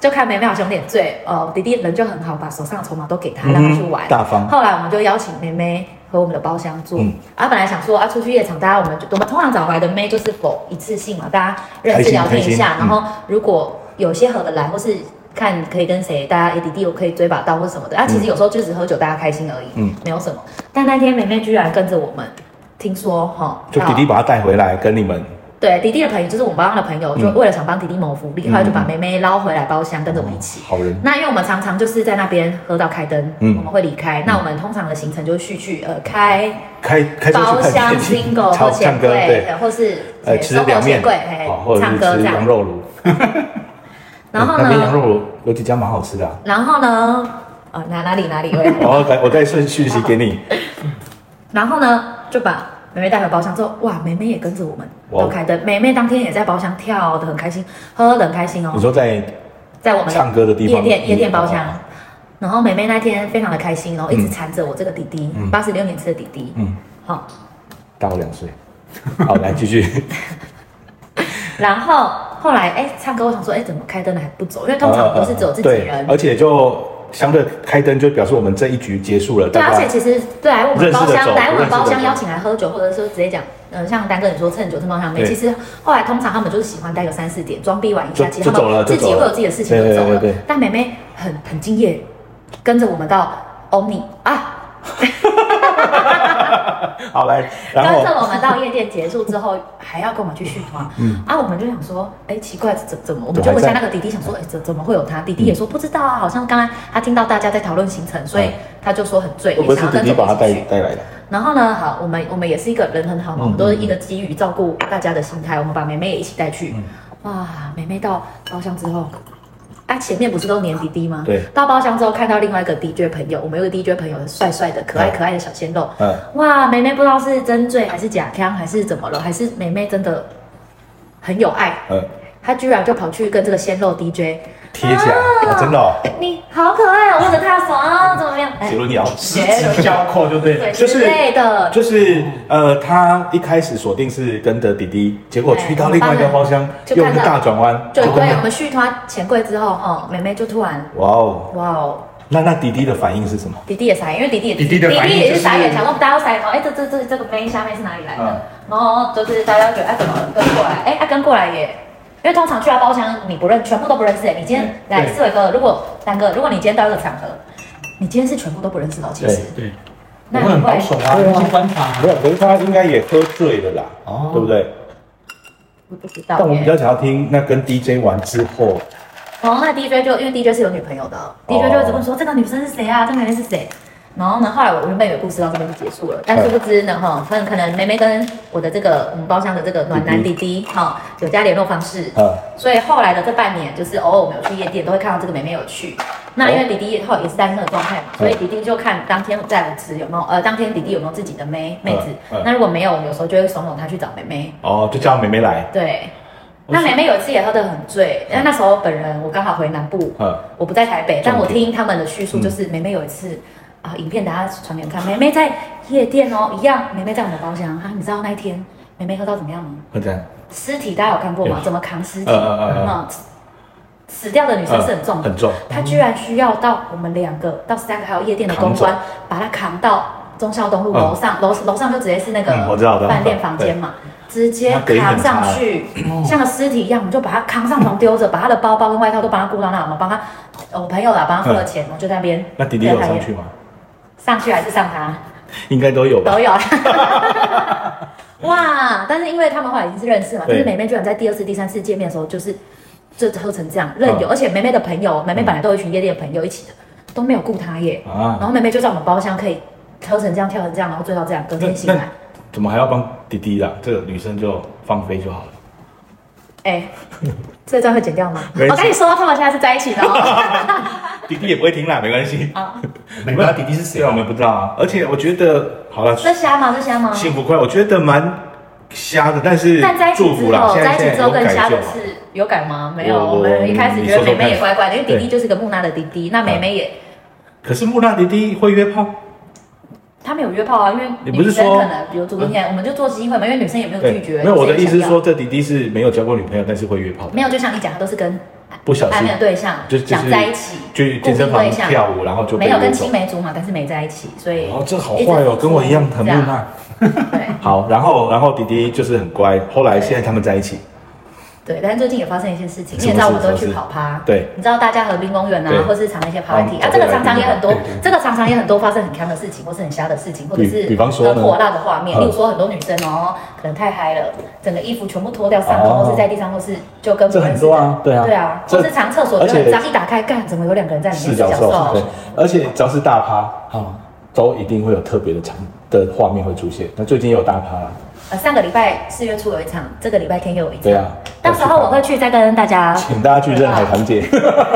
就看妹妹好像有点醉，哦，弟弟人就很好，把手上的筹码都给她，让她去玩。
嗯大方。
后来我们就邀请妹妹和我们的包厢住，
嗯
啊，本来想说啊，出去夜场，大家我们就我们通常找回来的妹就是否一次性嘛，大家认识聊天一下
开，心开心
然后如果有些合得来，或是看可以跟谁，大家哎 A D D 我可以追把到或什么的，啊，其实有时候就只喝酒，大家开心而已，
嗯
没有什么。但那天妹妹居然跟着我们，听说哈，啊
就
到
弟弟把他带回来，跟你们
对迪迪的朋友，就是我们包厢的朋友，就
嗯
为了想帮迪迪谋福利，
嗯
后来就把妹妹捞回来包厢，跟着我们一起。
好人，
那因为我们常常就是在那边喝到开灯，
嗯
我们会离开。那我们通常的行程就是去去呃开
开开车
包
去
厢
看
bingo
唱
或
唱
钱
歌，
柜
对，，
或是
呃，
呃
吃凉面，
收购钱柜
哦或
嘿
者
唱
是
歌这
吃羊
样。
肉炉。
然后
那边羊
呢，
肉炉有几家蛮好吃的啊。
然后呢，呃哪哪里哪里 喂，
我再我再顺 序息给你，
然后呢就把妹妹带回包厢之后，哇，妹妹也跟着我们
哇哦
都开灯。妹妹当天也在包厢跳的很开心，喝的很开心哦
你。说在
在我们
唱歌的地
夜
方
店夜店包厢
嗯。
然后妹妹那天非常的开心，然后哦一直缠着我这个弟弟
嗯，
八十六年次的弟弟。
嗯，
好，
大我两岁。好，来继续。
然后后来哎，唱歌我想说哎，怎么开灯了还不走？因为 通常都是只有自己
呃啊对哎
人。
而且就相对开灯，就表示我们这一局结束了。
对，啊
大
而
家
且其实对来我们包
认识的走
厢，来我
认识
们
的
包厢
走
邀请来喝酒，或者说直接讲，嗯，像丹哥你说趁酒趁包厢妹，
对
其实后来通常他们就是喜欢待个三四点，装逼玩一下，
就
其实
就
他
走了
们自
就
己
走了
会有自己的事情
对
就
对
走了
对对。
但妹妹很很敬业，跟着我们到 Omni 啊，
好来，
跟
然后
着我们到夜店结束之后，还要跟我们去续团，
嗯
啊，我们就想说，哎，奇怪，怎怎么？我们就问一下那个弟弟，想说，哎，怎怎么会有他？弟弟也说不知道啊，好像刚才他听到大家在讨论行程，所以
嗯
他就说很醉，
会不会
也
是
想要
弟
跟
弟
着我
把他
们一
带
起去。
带来的？
然后呢，好，我们我们也是一个人很好嘛，
嗯
我们都是一个基于照顾大家的心态，我们把梅梅也一起带去。
嗯
哇，梅梅到包厢之后，啊，前面不是都黏弟弟吗？
对
到包厢之后看到另外一个 DJ 朋友，我们有个 DJ 朋友帅帅的、可爱
嗯
可爱的小鲜肉，
嗯，
哇，梅梅不知道是真醉还是假康还是怎么了，还是梅梅真的很有爱。
嗯
他居然就跑去跟这个鲜肉 DJ，
贴起
啊
来，哦真的哦，
你好可爱哦，握着他的手啊，怎么样？哎
杰伦鸟十
杰伦
指交扣就对了，
对
就
之
是
类的，
就是呃，他一开始锁定是跟着弟弟，结果去到另外一个包厢，
啊就
又
看到
一个大转弯，
就
跟
对我
他
们续团钱柜之后，哦，妹妹就突然，
哇哦，
哇哦，
那那弟弟的反应是什么？
弟弟也傻眼，因为弟弟也
弟弟的反应
也
就是是
傻眼，想说大家都傻眼，哎，这这这这个杯下面是哪里来的？
嗯
然后就是大家觉得哎怎么跟过来？哎，啊跟过来耶，因为通常去到包厢你不认，全部都不认识哎。你今天
对
来四伟哥，如果丹哥，如果你今天到一个场合，你今天是全部都不认识的哦，其实
对，
那
我
你
会很
会
保守啊，
对啊
我去观察啊
没。有，可是他应该也喝醉了啦，
哦
对不对？
我不知道
但我们比
耶。
较想要听，那跟 DJ 完之后，
然后那 DJ 就因为 DJ 是有女朋友的哦，DJ 就一直问说这个女生是谁啊？这个女生是谁？然后呢，后来我原本以为故事到这边就结束了，但殊不知呢，
嗯
哈，可能可能梅梅跟我的这个我们包厢的这个暖男弟弟
嗯
哈有加联络方式，
呃，
所以后来的这半年，就是偶尔我们有去夜店，都会看到这个妹妹有去。那
哦
因为弟弟也后也是单身的状态嘛，
嗯
所以弟弟就看当天在舞池有没有，呃，当天弟弟有没有自己的妹妹子
嗯嗯。
那如果没有，我们有时候就会怂恿他去找妹妹。
哦，就叫妹妹来，
对，那妹妹有一次也喝得很醉，因为那时候本人我刚好回南部，
呃，
我不在台北，但我
重点嗯
听他们的叙述，就是妹妹有一次啊、影片大家传给我看，妹妹在夜店哦，一样，妹妹在我们包厢啊，你知道那一天妹妹喝到怎么样吗？
会这样，
尸体大家有看过吗？
有
怎么扛尸体？
呃呃呃
嗯，死掉的女生是很重
呃
的，
很重，
她居然需要到我们两个到三个还有夜店的公关，把她扛到中孝东路
嗯
楼上，楼楼上就直接是那个
嗯我知道我知道
饭店房间嘛。直接扛上去，
嗯
像个尸体一样，我们就把她扛上床丢着，把她的包包跟外套都帮她顾到那，我们帮她，我朋友啦，帮她付了钱，我就在那边。
嗯那弟弟有上去？吗？
上去还是上她？
应该都有吧
都？有。 哇！但是因为他们后来已经是认识嘛，但
对
是梅梅居然在第二次、第三次见面的时候，就是就喝成这样，任由，
嗯
而且梅梅的朋友，梅梅本来都有一群夜店的朋友一起的，都没有顾她耶。然
啊，
后梅梅就在我们包厢可以喝成这样、跳成这样，然后醉到这样，隔
那
天醒来，
怎么还要帮弟弟啦？这个女生就放飞就好了。
哎，这段会剪 掉吗？
没事
我跟你说，他们现在是在一起的 哦。
弟弟也不会听啦，没 关系。
好
我们不知道弟弟是谁
对啊，我们不知道啊。而且我觉得，好了，
这瞎吗？这瞎吗？
幸福快，我觉得蛮瞎的，但是
但在一起
祝
之
福
后
啦。，现
在
在
一
现
起
在
之后
有
更瞎
改
的
就是好。
有改吗？没有，
我
我们一开始觉得
你说说
梅梅也
看
乖乖的，因为弟弟
对啊
就是个木讷的弟弟，那梅梅也
可是木讷弟弟会约炮，
他们有约炮啊，因为
你不是
女生
说嗯
可能比如主动恋爱，我们就做机会嘛，因为女生也没有拒绝。
没有我的
谁
意思是
想要
说，，这弟弟是没有交过女朋友，但是会约炮的
没。有，哎就像你讲，他都是跟
不小
暧
心
昧的对象
就就是
想在一起，
去健身
固
房
定对象
跳舞，然后就被
没有跟
约走
青梅竹马，但是没在一起，所以
哦，这好
一直
坏哦，跟我一样很木
这样。
讷。
对
好，然后然后弟弟就是很乖，后来现在他们在一起，
对，但是最近也发生一些事情，你
什
也
么
知道我
事
们都会
什
去
么事
跑趴，
对
你知道大家河滨公园
对
啊，或是常一些 party 啊
嗯，
这个常常也很多
对对，
这个常常也很多发生很坑的事情，或是很瞎的事情，或者
比
是
比方说呢
很火辣的画面，
嗯
例如说很多女生哦，可能太嗨了，整个衣服全部脱掉上
哦
头，或是在地上，或是就跟
这很多啊，对啊，
对啊，
这
或是藏厕所
而
觉得很
且
脏，一打开干，怎么有两个人在里面
四角兽，对
兽？，
而且只要是大趴，
好，
都一定会有特别的场的画面会出现。那最近也有大趴啦，
呃，上个礼拜四月初有一场，这个礼拜天又有一场，
对啊，
到时候我会去再跟大家
请大家去认海棠姐，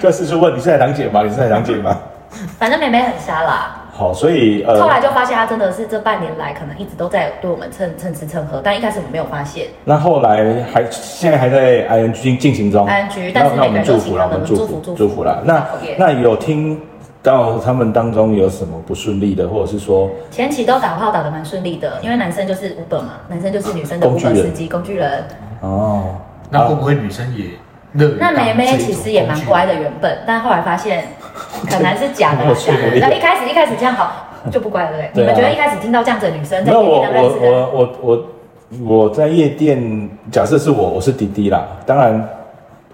就四处问你是海棠姐吗？你是海棠姐吗？
反正妹妹很瞎啦。
好，所以呃，
后来就发现他真的是这半年来可能一直都在对我们蹭蹭吃蹭喝，但一开始我们没有发现。
那后来还现在还在 ING 进进行中
ING
那
但是
那我们
每个
祝
人都
福啦，
喜欢
我们
我们
祝
祝
福
福祝
祝
福
福啦。那
好耶
那有听到他们当中有什么不顺利的，或者是说
前期都打炮打得蛮顺利的，因为男生就是 Uber 嘛，男生就是女生的
工具
Uber
人
司机工具人。
哦，
那会不会女生也乐于
那
当
妹妹其实也蛮乖
的，
的原本，但后来发现可能是假的啦
我，
假的
我。
那一开始一开始这样好就不乖了，对不对？你
对啊
们觉得一开始听到这样子的女生在
那
夜
我
店上认
我
识的，
我我我我在夜店，假设是我，我是滴滴啦。当然，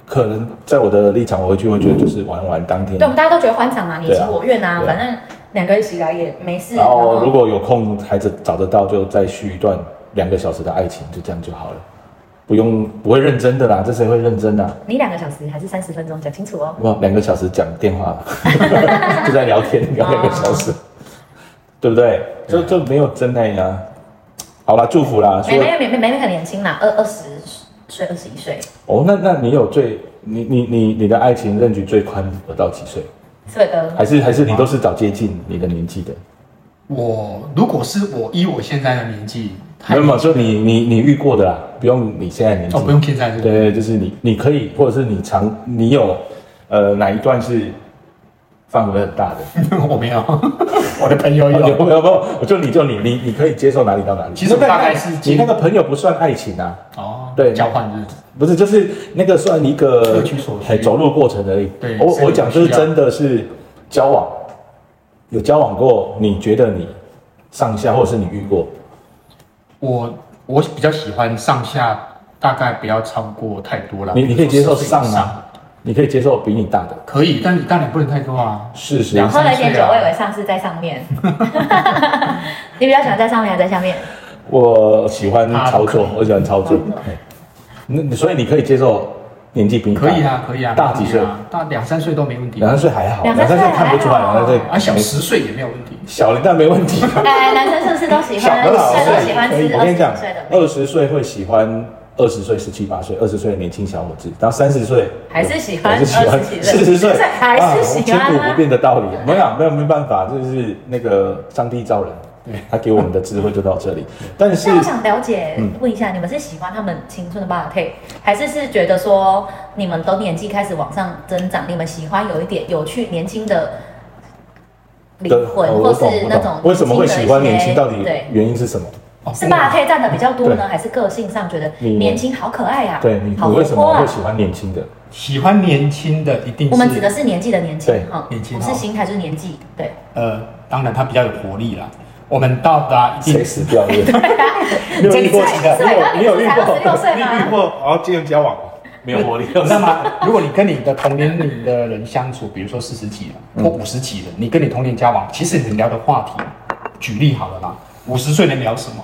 可能在我的立场，我回去会觉得就是玩玩当天
对，我。们大家都觉得欢场嘛，你
对
情
啊
我愿啊，
对啊
反正两个一起来也没事。
然后
然后
如果有空还找找得到，就再续一段两个小时的爱情，就这样就好了，不用不会认真的啦，这谁会认真啊？
你两个小时还是三十分钟，讲清楚哦。
哇，两个小时讲电 话，就在聊天聊两个小时，对不对？就就没有真爱啊。好啦，祝福啦。
妹
说
妹妹妹妹妹很年轻啦，二二十岁、二十一岁，
哦，那那你有最你你你你的爱情任局最宽有到几岁？
这个
还是还是你都是找接近你的年纪的？
我如果是我依我现在的年纪，
没有没有，就你你你遇过的啦，不用你现在年纪
哦，不用现在是不是
对对，就是你你可以，或者是你常你有呃哪一段是范围很大的？
我没有，我的朋友
有
有。
没有没有？我就你就你你你可以接受哪里到哪里？
其实
那个
大概是
你那个朋友不算爱情啊，
哦，
对
交换日子，
不是就是那个算一
各
个
取所需
哎走路过程而已。
对
我
是有
我讲就是
需要
真的是交往，有交往过，你觉得你上下或者是你遇过？
我我比较喜欢上下大概不要超过太多了。
你你可以接受上
40以
吗？你可以接受比你大的？
可以，但你当然不能太多啊。
是是
两
喝了一
三
点
岁
酒，
啊
我以为上是在上面。 你比较喜欢在上面还是在下面？
我喜欢操
他可
作
以，
我喜欢操作。嘿那你所以你可以接受年纪比你大
可以啊，可以啊，
大
没问
几
题
岁？
啊？大两三岁都没问题
两。三岁还好，
两
两
三岁
三岁看不出来，
还好
两三岁
啊，小十岁也没有问题。
小了但没问题。
哎，男生是不是都喜
小
欢？
的老
对，都
师
喜欢吃
我
二
跟
十
你讲
几岁的，妹，
二十岁会喜欢二十岁、十七八岁、二十岁的年轻小伙子，然后三十岁
还是喜欢
还是喜欢
20几岁
四十岁，
还是喜欢啊
千古不变的道理。没有没有没办法，这是那个上帝造人
对，
他给我们的智慧就到这里。但是
那我想了解
嗯，
问一下，你们是喜欢他们青春的 b o d 还是是觉得说你们都年纪开始往上增长，你们喜欢有一点有趣、年轻的灵
的呃
魂，
哦我
或
懂
是
我
那
懂
种
为什么会
年轻的
喜
一
欢
些
年轻？到底
对，
原因是什么？
哦
是 b o d 占的比较多
对
呢，还是个性上觉得
你
年轻好可爱啊？
对你，
好
你
活
为什
泼
么
啊
会？喜欢年 轻的？
喜欢年轻的一定是
我们指的是年纪的年轻
对嗯
哈，
年轻
不是
哈
心态，就是年纪。对，
呃，当然他比较有活力啦。我们到达一
谁
定
死 掉的？你有遇过几个？
是啊
你有你有遇
刚刚
过
你？不是才26岁吗
你有遇过？然后进入交往，没有活力，
你知道吗？如果你跟你的同年龄的人相处，比如说四十几
嗯
人或五十几人，你跟你同龄交往，其实你们聊的话题，举例好了啦，五十岁能聊什么？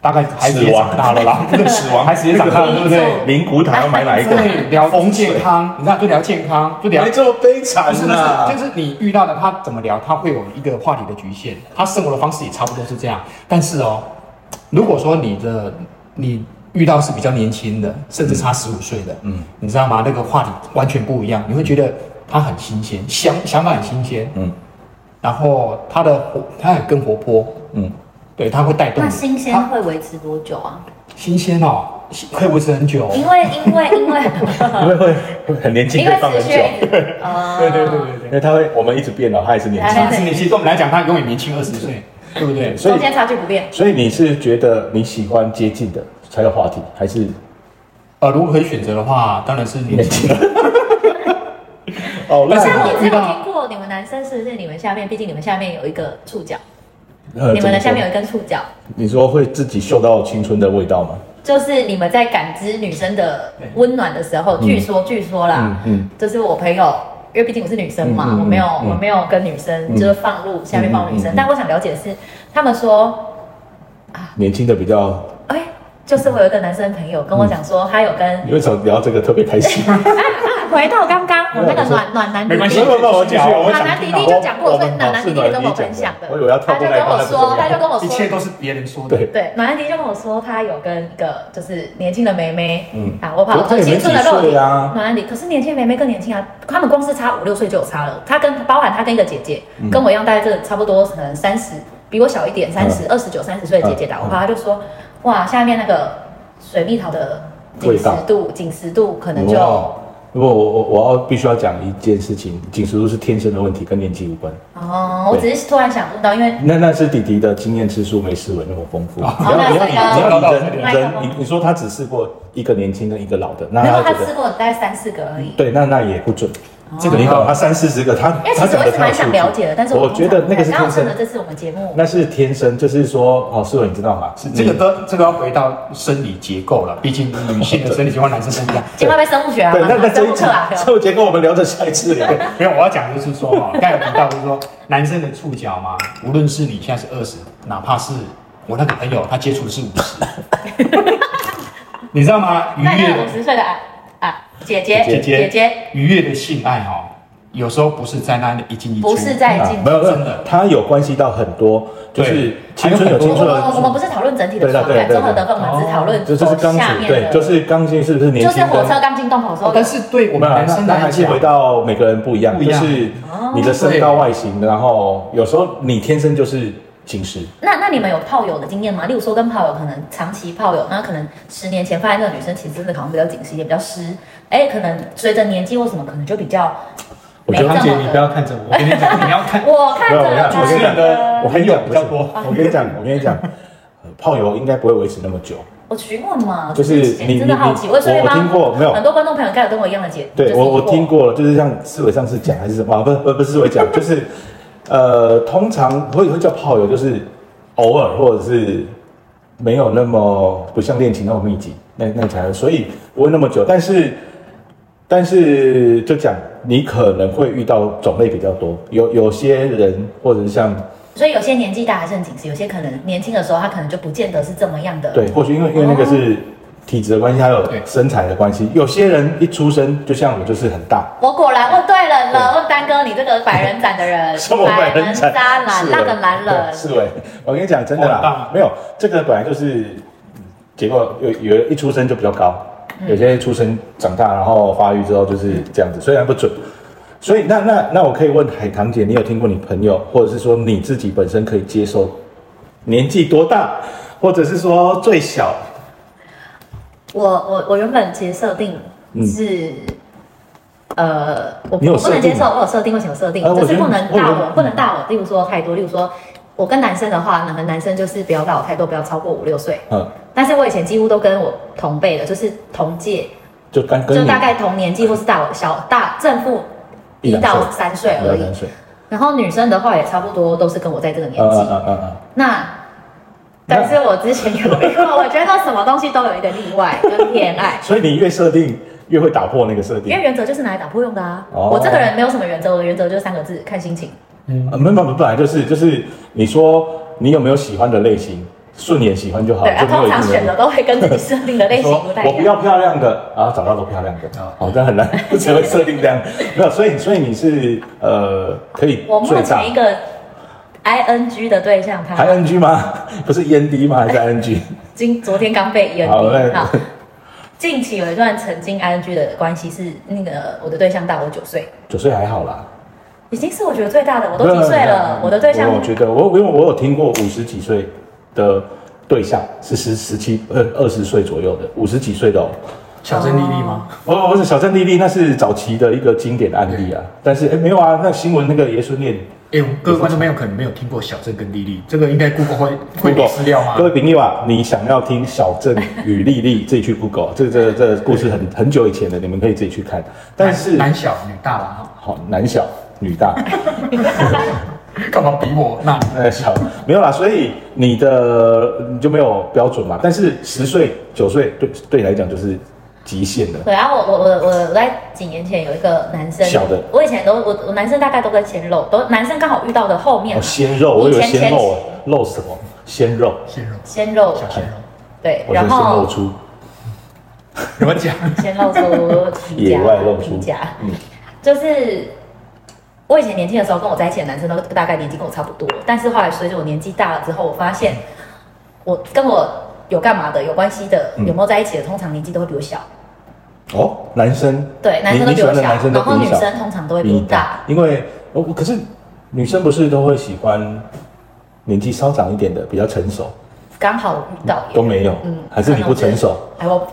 大概孩子也
死亡
长大 了啦，
死亡还直接长 大了，对不对？灵骨塔要买 哪一个？
对，聊
风水
健康，你看就聊健康，就聊
没。这么悲惨啊
不是不
呐
是，！就是你遇到的他怎么聊，他会有一个话题的局限，他生活的方式也差不多是这样。但是哦，如果说你的你遇到是比较年轻的，甚至差十五岁的，嗯，你知道吗？那个话题完全不一样，你会觉得他很新鲜，想想法很新鲜，
嗯
然后他的活他很更活泼，
嗯，
对，他会带动
那
你。
新鲜
他
会维持多久啊？
新鲜哦，可以维持很久哦、
因为 因为因为
因为 会会很年轻，
因
可
为
以放很
持
久
续，一直， 呃
对对对对对
因为他会我们一直变老，他还是年轻
哎。
他是年轻，对我们来讲，他永远年轻二十岁，对不对？
所以
中间差距不变。
所以你是觉得你喜欢接近的才有话题，还是
呃，如果可以选择的话，当然是年
年
轻。
轻
嗯
的？哦，那
但是
像我
我
只
遇
有
到
听过你们男生是不是你们下面，毕竟你们下面有一个触角，
呃
你们
怎么
的下
说
面有一根触角，
你说会自己嗅到青春的味道吗？
就是你们在感知女生的温暖的时候，据说据说啦，
嗯
就是我朋友。因为毕竟我是女生嘛，
嗯嗯嗯
我没有、
嗯
我没有跟女生、
嗯
就是放入下面放入女生，
嗯嗯嗯
但我想了解的是，他们说，
年轻的比较，
哎、就是我有一个男生朋友跟我讲说，
嗯
他有跟
你为什么聊这个特别 开心？
回到刚刚我那个暖暖男弟
没关系
弟，
没有没有我讲我
暖
想
男弟
听
弟
到
就讲过，
我
所以
们
暖男弟弟
我
就
们
跟
老
我
师
分享的，
暖男弟讲的我以为要
他
跳
就
过那一
跟
关
我说，他就跟我
一切
说。
都是别人说的。
对，
对，暖男迪就跟我说，他有跟一个就是年轻的妹妹，
嗯
嗯，啊，我跑
可是他也没
青春的肉
几
体
岁啊
暖男迪，可是年轻的妹妹更年轻啊，他们光是差五六岁就有差了。他跟包含他跟一个姐姐，
嗯
跟我一样大概这差不多，可能三十，比我小一点，三十二十九、三十岁的姐姐打我
嗯
话，她就说，哇，下面那个水蜜桃的紧实度，紧实度可能就
哇如果我我我要必须要讲一件事情，紧实度是天生的问题，跟年纪无关。
哦，我只是突然想问到，因为
那那是弟弟的经验之数没思维那么丰富。你
好哦那
要你要
这个风
你要你
麦克
人人，你你说他只试过一个年轻跟一个老的，那
没有
他
他
觉
吃
得
过大概三四个而已。
对，那那也不准。
哦
这个
你懂他三四十个，他
因为
他
其实
讲
我
的
一直
太
蛮
有数
想
据
了解的，但是
我
通
觉
常
得那个是
刚好
天生
趁着这次我们节目，
那是天生，就是说哦，思文你知道吗？
是这个都这个要回到生理结构了，毕竟女性的生理结构和男生 不一样。
今晚被生物学啊，
对，那那这
生
一
物
集
课啊，
这个结构我们聊着下一次啊聊。
没有，我要讲的就是说哈，刚才有提到就是说男生的触角嘛，无论是你现在是二十，哪怕是我那个朋友，他接触的是五十， 你知道吗？愉
那那个
悦
五十岁的啊啊姐姐
姐
姐
姐姐，
愉悦的性爱哈、有时候不是在那里一进一出，
不是在进
啊没有没有
真的，
它有关系到很多，就是
对
青春有青
我
春
们
的
我们不是讨论整体的爽感，
对对对对对
综合得分，我们只讨论
这就是钢
下
琴，
面
对
的，，
就是钢琴是不是年
就
轻
是火
跟
车刚进洞口的时
哦
候，
但是对我
没
们
有，啊
男生
那
来
还是
讲哎
回，到每个人不一样，
不一
就
样
是你的身高外形，然后有时候你天生就是近视。
那那你们有炮友的经验吗？例如说跟炮友可能长期炮友，那可能十年前发现那个女生其实真的好像比较紧实一点，比较湿，哎，可能随着年纪或什么，可能就比较
我
没
觉
这
得
么
姐，你不
的。
要看着我，我跟你讲，你要看
我看着
没有
了
主
我
持
跟你
人
讲
的朋友比较多。
我跟你讲，我跟你讲，呃炮友应该不会维持那么久。
我询问嘛，
就是
主持人
你
真的
你
好奇，
你
我顺便
我我听过
帮
没有
很多观众朋友应该有跟我一样的解，
对
就是
我我听过了，就是像思伟上次讲还是什么，啊不不不是思伟讲， 就是呃，通常会会叫炮友，就是偶尔或者是没有那么不像恋情那么密集，那那才会所以不会那么久，但是但是就讲你可能会遇到种类比较多，有有些人或者是像
所以有些年纪大还是很紧实，有些可能年轻的时候他可能就不见得是这么样的。
对，或许因为因为那个是体质的关系，还有
对
身材的关系，有些人一出生就像我就是很大。，
我果然问对人了，问丹哥，你这个百人斩的人
什么百人斩？
渣男，
是
那个男人，
是啊喂，我跟你讲真的
我很棒啊
啦，没有这个本来就是，嗯结果有有人一出生就比较高，
嗯
有些出生长大然后发育之后就是这样子，虽然不准。所以那那那我可以问海棠姐，你有听过你朋友，或者是说你自己本身可以接受年纪多大，或者是说最小？
我我我原本其实设定是，呃，我
你有
我不能
设定
接受，我有设定，为什么有设定？
哎我
就是
觉得
不能
我觉
大
得
我，不能大我。例如说太多，例如说我跟男生的话，可能男生就是不要大我太多，不要超过五六岁。
嗯，
但是我以前几乎都跟我同辈的，就是同届，
就刚跟
就
你哎
大概同年纪或是大我小大正负
一
一
两岁
到三岁
两
而
三
已。
岁，
然后女生的话也差不多都是跟我在这个年
嗯
纪。
嗯嗯嗯嗯，
那但是我之前有一 个，我觉得什么东西都有一个例外跟偏爱。
所以你越设定越会打破那个设定
因。为原则就是拿来打破用的啊。
哦
我这个人没有什么原则，我的原则就是三个字：看心情。
嗯，
呃，没有没有，本来就是就是你说你有没有喜欢的类型，顺眼喜欢就好，
对，啊，
就没有
通
一定
常选
的
的都会跟自己设定的类
你
型
说
不太
我
一
不
样。
要漂亮的，然后找到都漂亮的
啊，
哦，这很难， 只会设定这样。没有，所以所以你是呃可以
我目
最大
前一个 I N G 的对象，
还
他
NG 吗？ 不是 END 吗？还是 NG？
今昨天刚被 E N
好嘞
D 好。近期有一段曾经 I N G 的关系是那个我的对象大我九岁，
九岁还好啦，
已经是我觉得最大的，我都几岁了，我的对象
啊我觉得我因为我有听过五十几岁的对象是十十七呃二十岁左右的，五十几岁的哦。
小镇丽丽吗？
哦，不是小镇丽丽，那是早期的一个经典案例啊。但是哎，没有啊，那新闻那个爷孙恋，
哎、我们各位观众朋友可能没有听过小镇跟丽丽，这个应该 Google 会会
Google
有资料吗
各？位朋友啊，你想要听小镇与丽丽，自己去 Google，这这这故事很很久以前的，你们可以自己去看。但是
男男小女大啦，哈
好男小女大，
干嘛比我？那
呃小没有啦，所以你的呃你就没有标准嘛。但是十岁九岁对对你来讲就是极限了。
对啊，我我我我在几年前有一个男生，
小的
我以前都我我男生大概都跟前肉，都男生刚好遇到的后面啊
哦，鲜肉，我以为
以前
鲜肉，肉什么？鲜肉，
鲜肉，
鲜肉，
小鲜肉，
对，
我觉
然
得是
后
露出
怎么讲？
鲜肉出皮
野
夹，
外露出
皮夹，，
嗯，
就是我以前年轻的时候跟我在一起的男生都大概年纪跟我差不多，但是后来随着我年纪大了之后，我发现我跟我有干嘛的有关系的
嗯
有没有在一起的，通常年纪都会比我小，
哦，男生
对，男生
你
都
你
比
喜
我
欢的
小
男，生都
然后
比
女
你小，
生通常都会比
比
我
你
大。，
因为我我可是女生不是都会喜欢年纪稍长一点的，比较成熟，
刚好我遇到耶
都没有，还是你不成熟，？
嗯可能我觉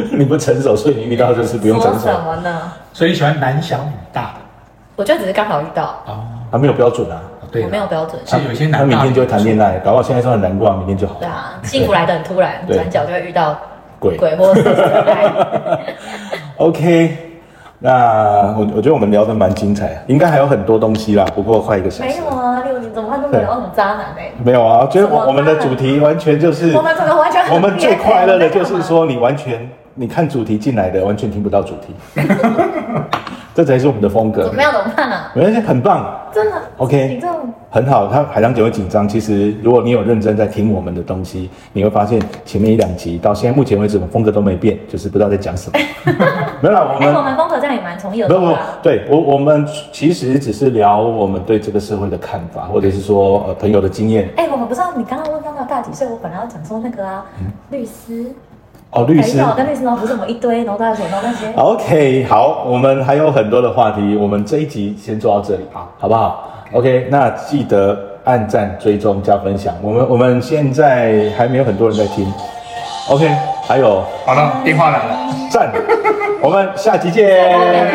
得
你不成熟，所以你遇到就是不
哎，
用
我
成
说
熟，
什么呢？
所以你喜欢男小女大
我就只是刚好遇到，
哦，
他没有标准啊，
对
我
了，
没有标准。
其实有一些
他
男
明
大
天就会谈恋爱，搞不好现在说很难过，明天就好
对，啊，幸福来的很突然，
对
转角就会遇到
鬼
鬼或 是来
，OK。那我我觉得我们聊得蛮精彩，啊应该还有很多东西啦，不过快一个小
没
时
有
了，
啊，六零怎么会都没有那种渣男呢？
没有啊，我觉得
怎么办
我我们的主题完全就是
我们这个完全很 欸
我们最快乐的就是
我
说，你完全你看主题进来的，完全听不到主题， 这才是我们的风
们在干嘛，怎
格
么。样怎么办啊？
没关系，很棒，
真的
OK
你这种
很好。他海浪姐会紧张，其实如果你有认真在听我们的东西，你会发现前面一两集到现在目前为止，我们风格都没变，就是不知道在讲什么。 没有啦，我
哎， 我
们。
们风格这样也蛮从有
嗯不
的
不
吧，？
对我我们其实只是聊我们对这个社会的看法，或者是说呃朋友的经验
哎，我们不知道你刚刚问刚刚大几岁，我本来要讲说那个啊，律师，
哦，嗯律师
朋友跟律师，然后不是我们一堆，然后大学，然后那些，
OK，好，我们还有很多的话题，我们这一集先做到这里，好，好不好？OK，那记得按赞、追踪、加分享。我们我们现在还没有很多人在听，OK，还有
好了，电话来了。
赞，我们下期见。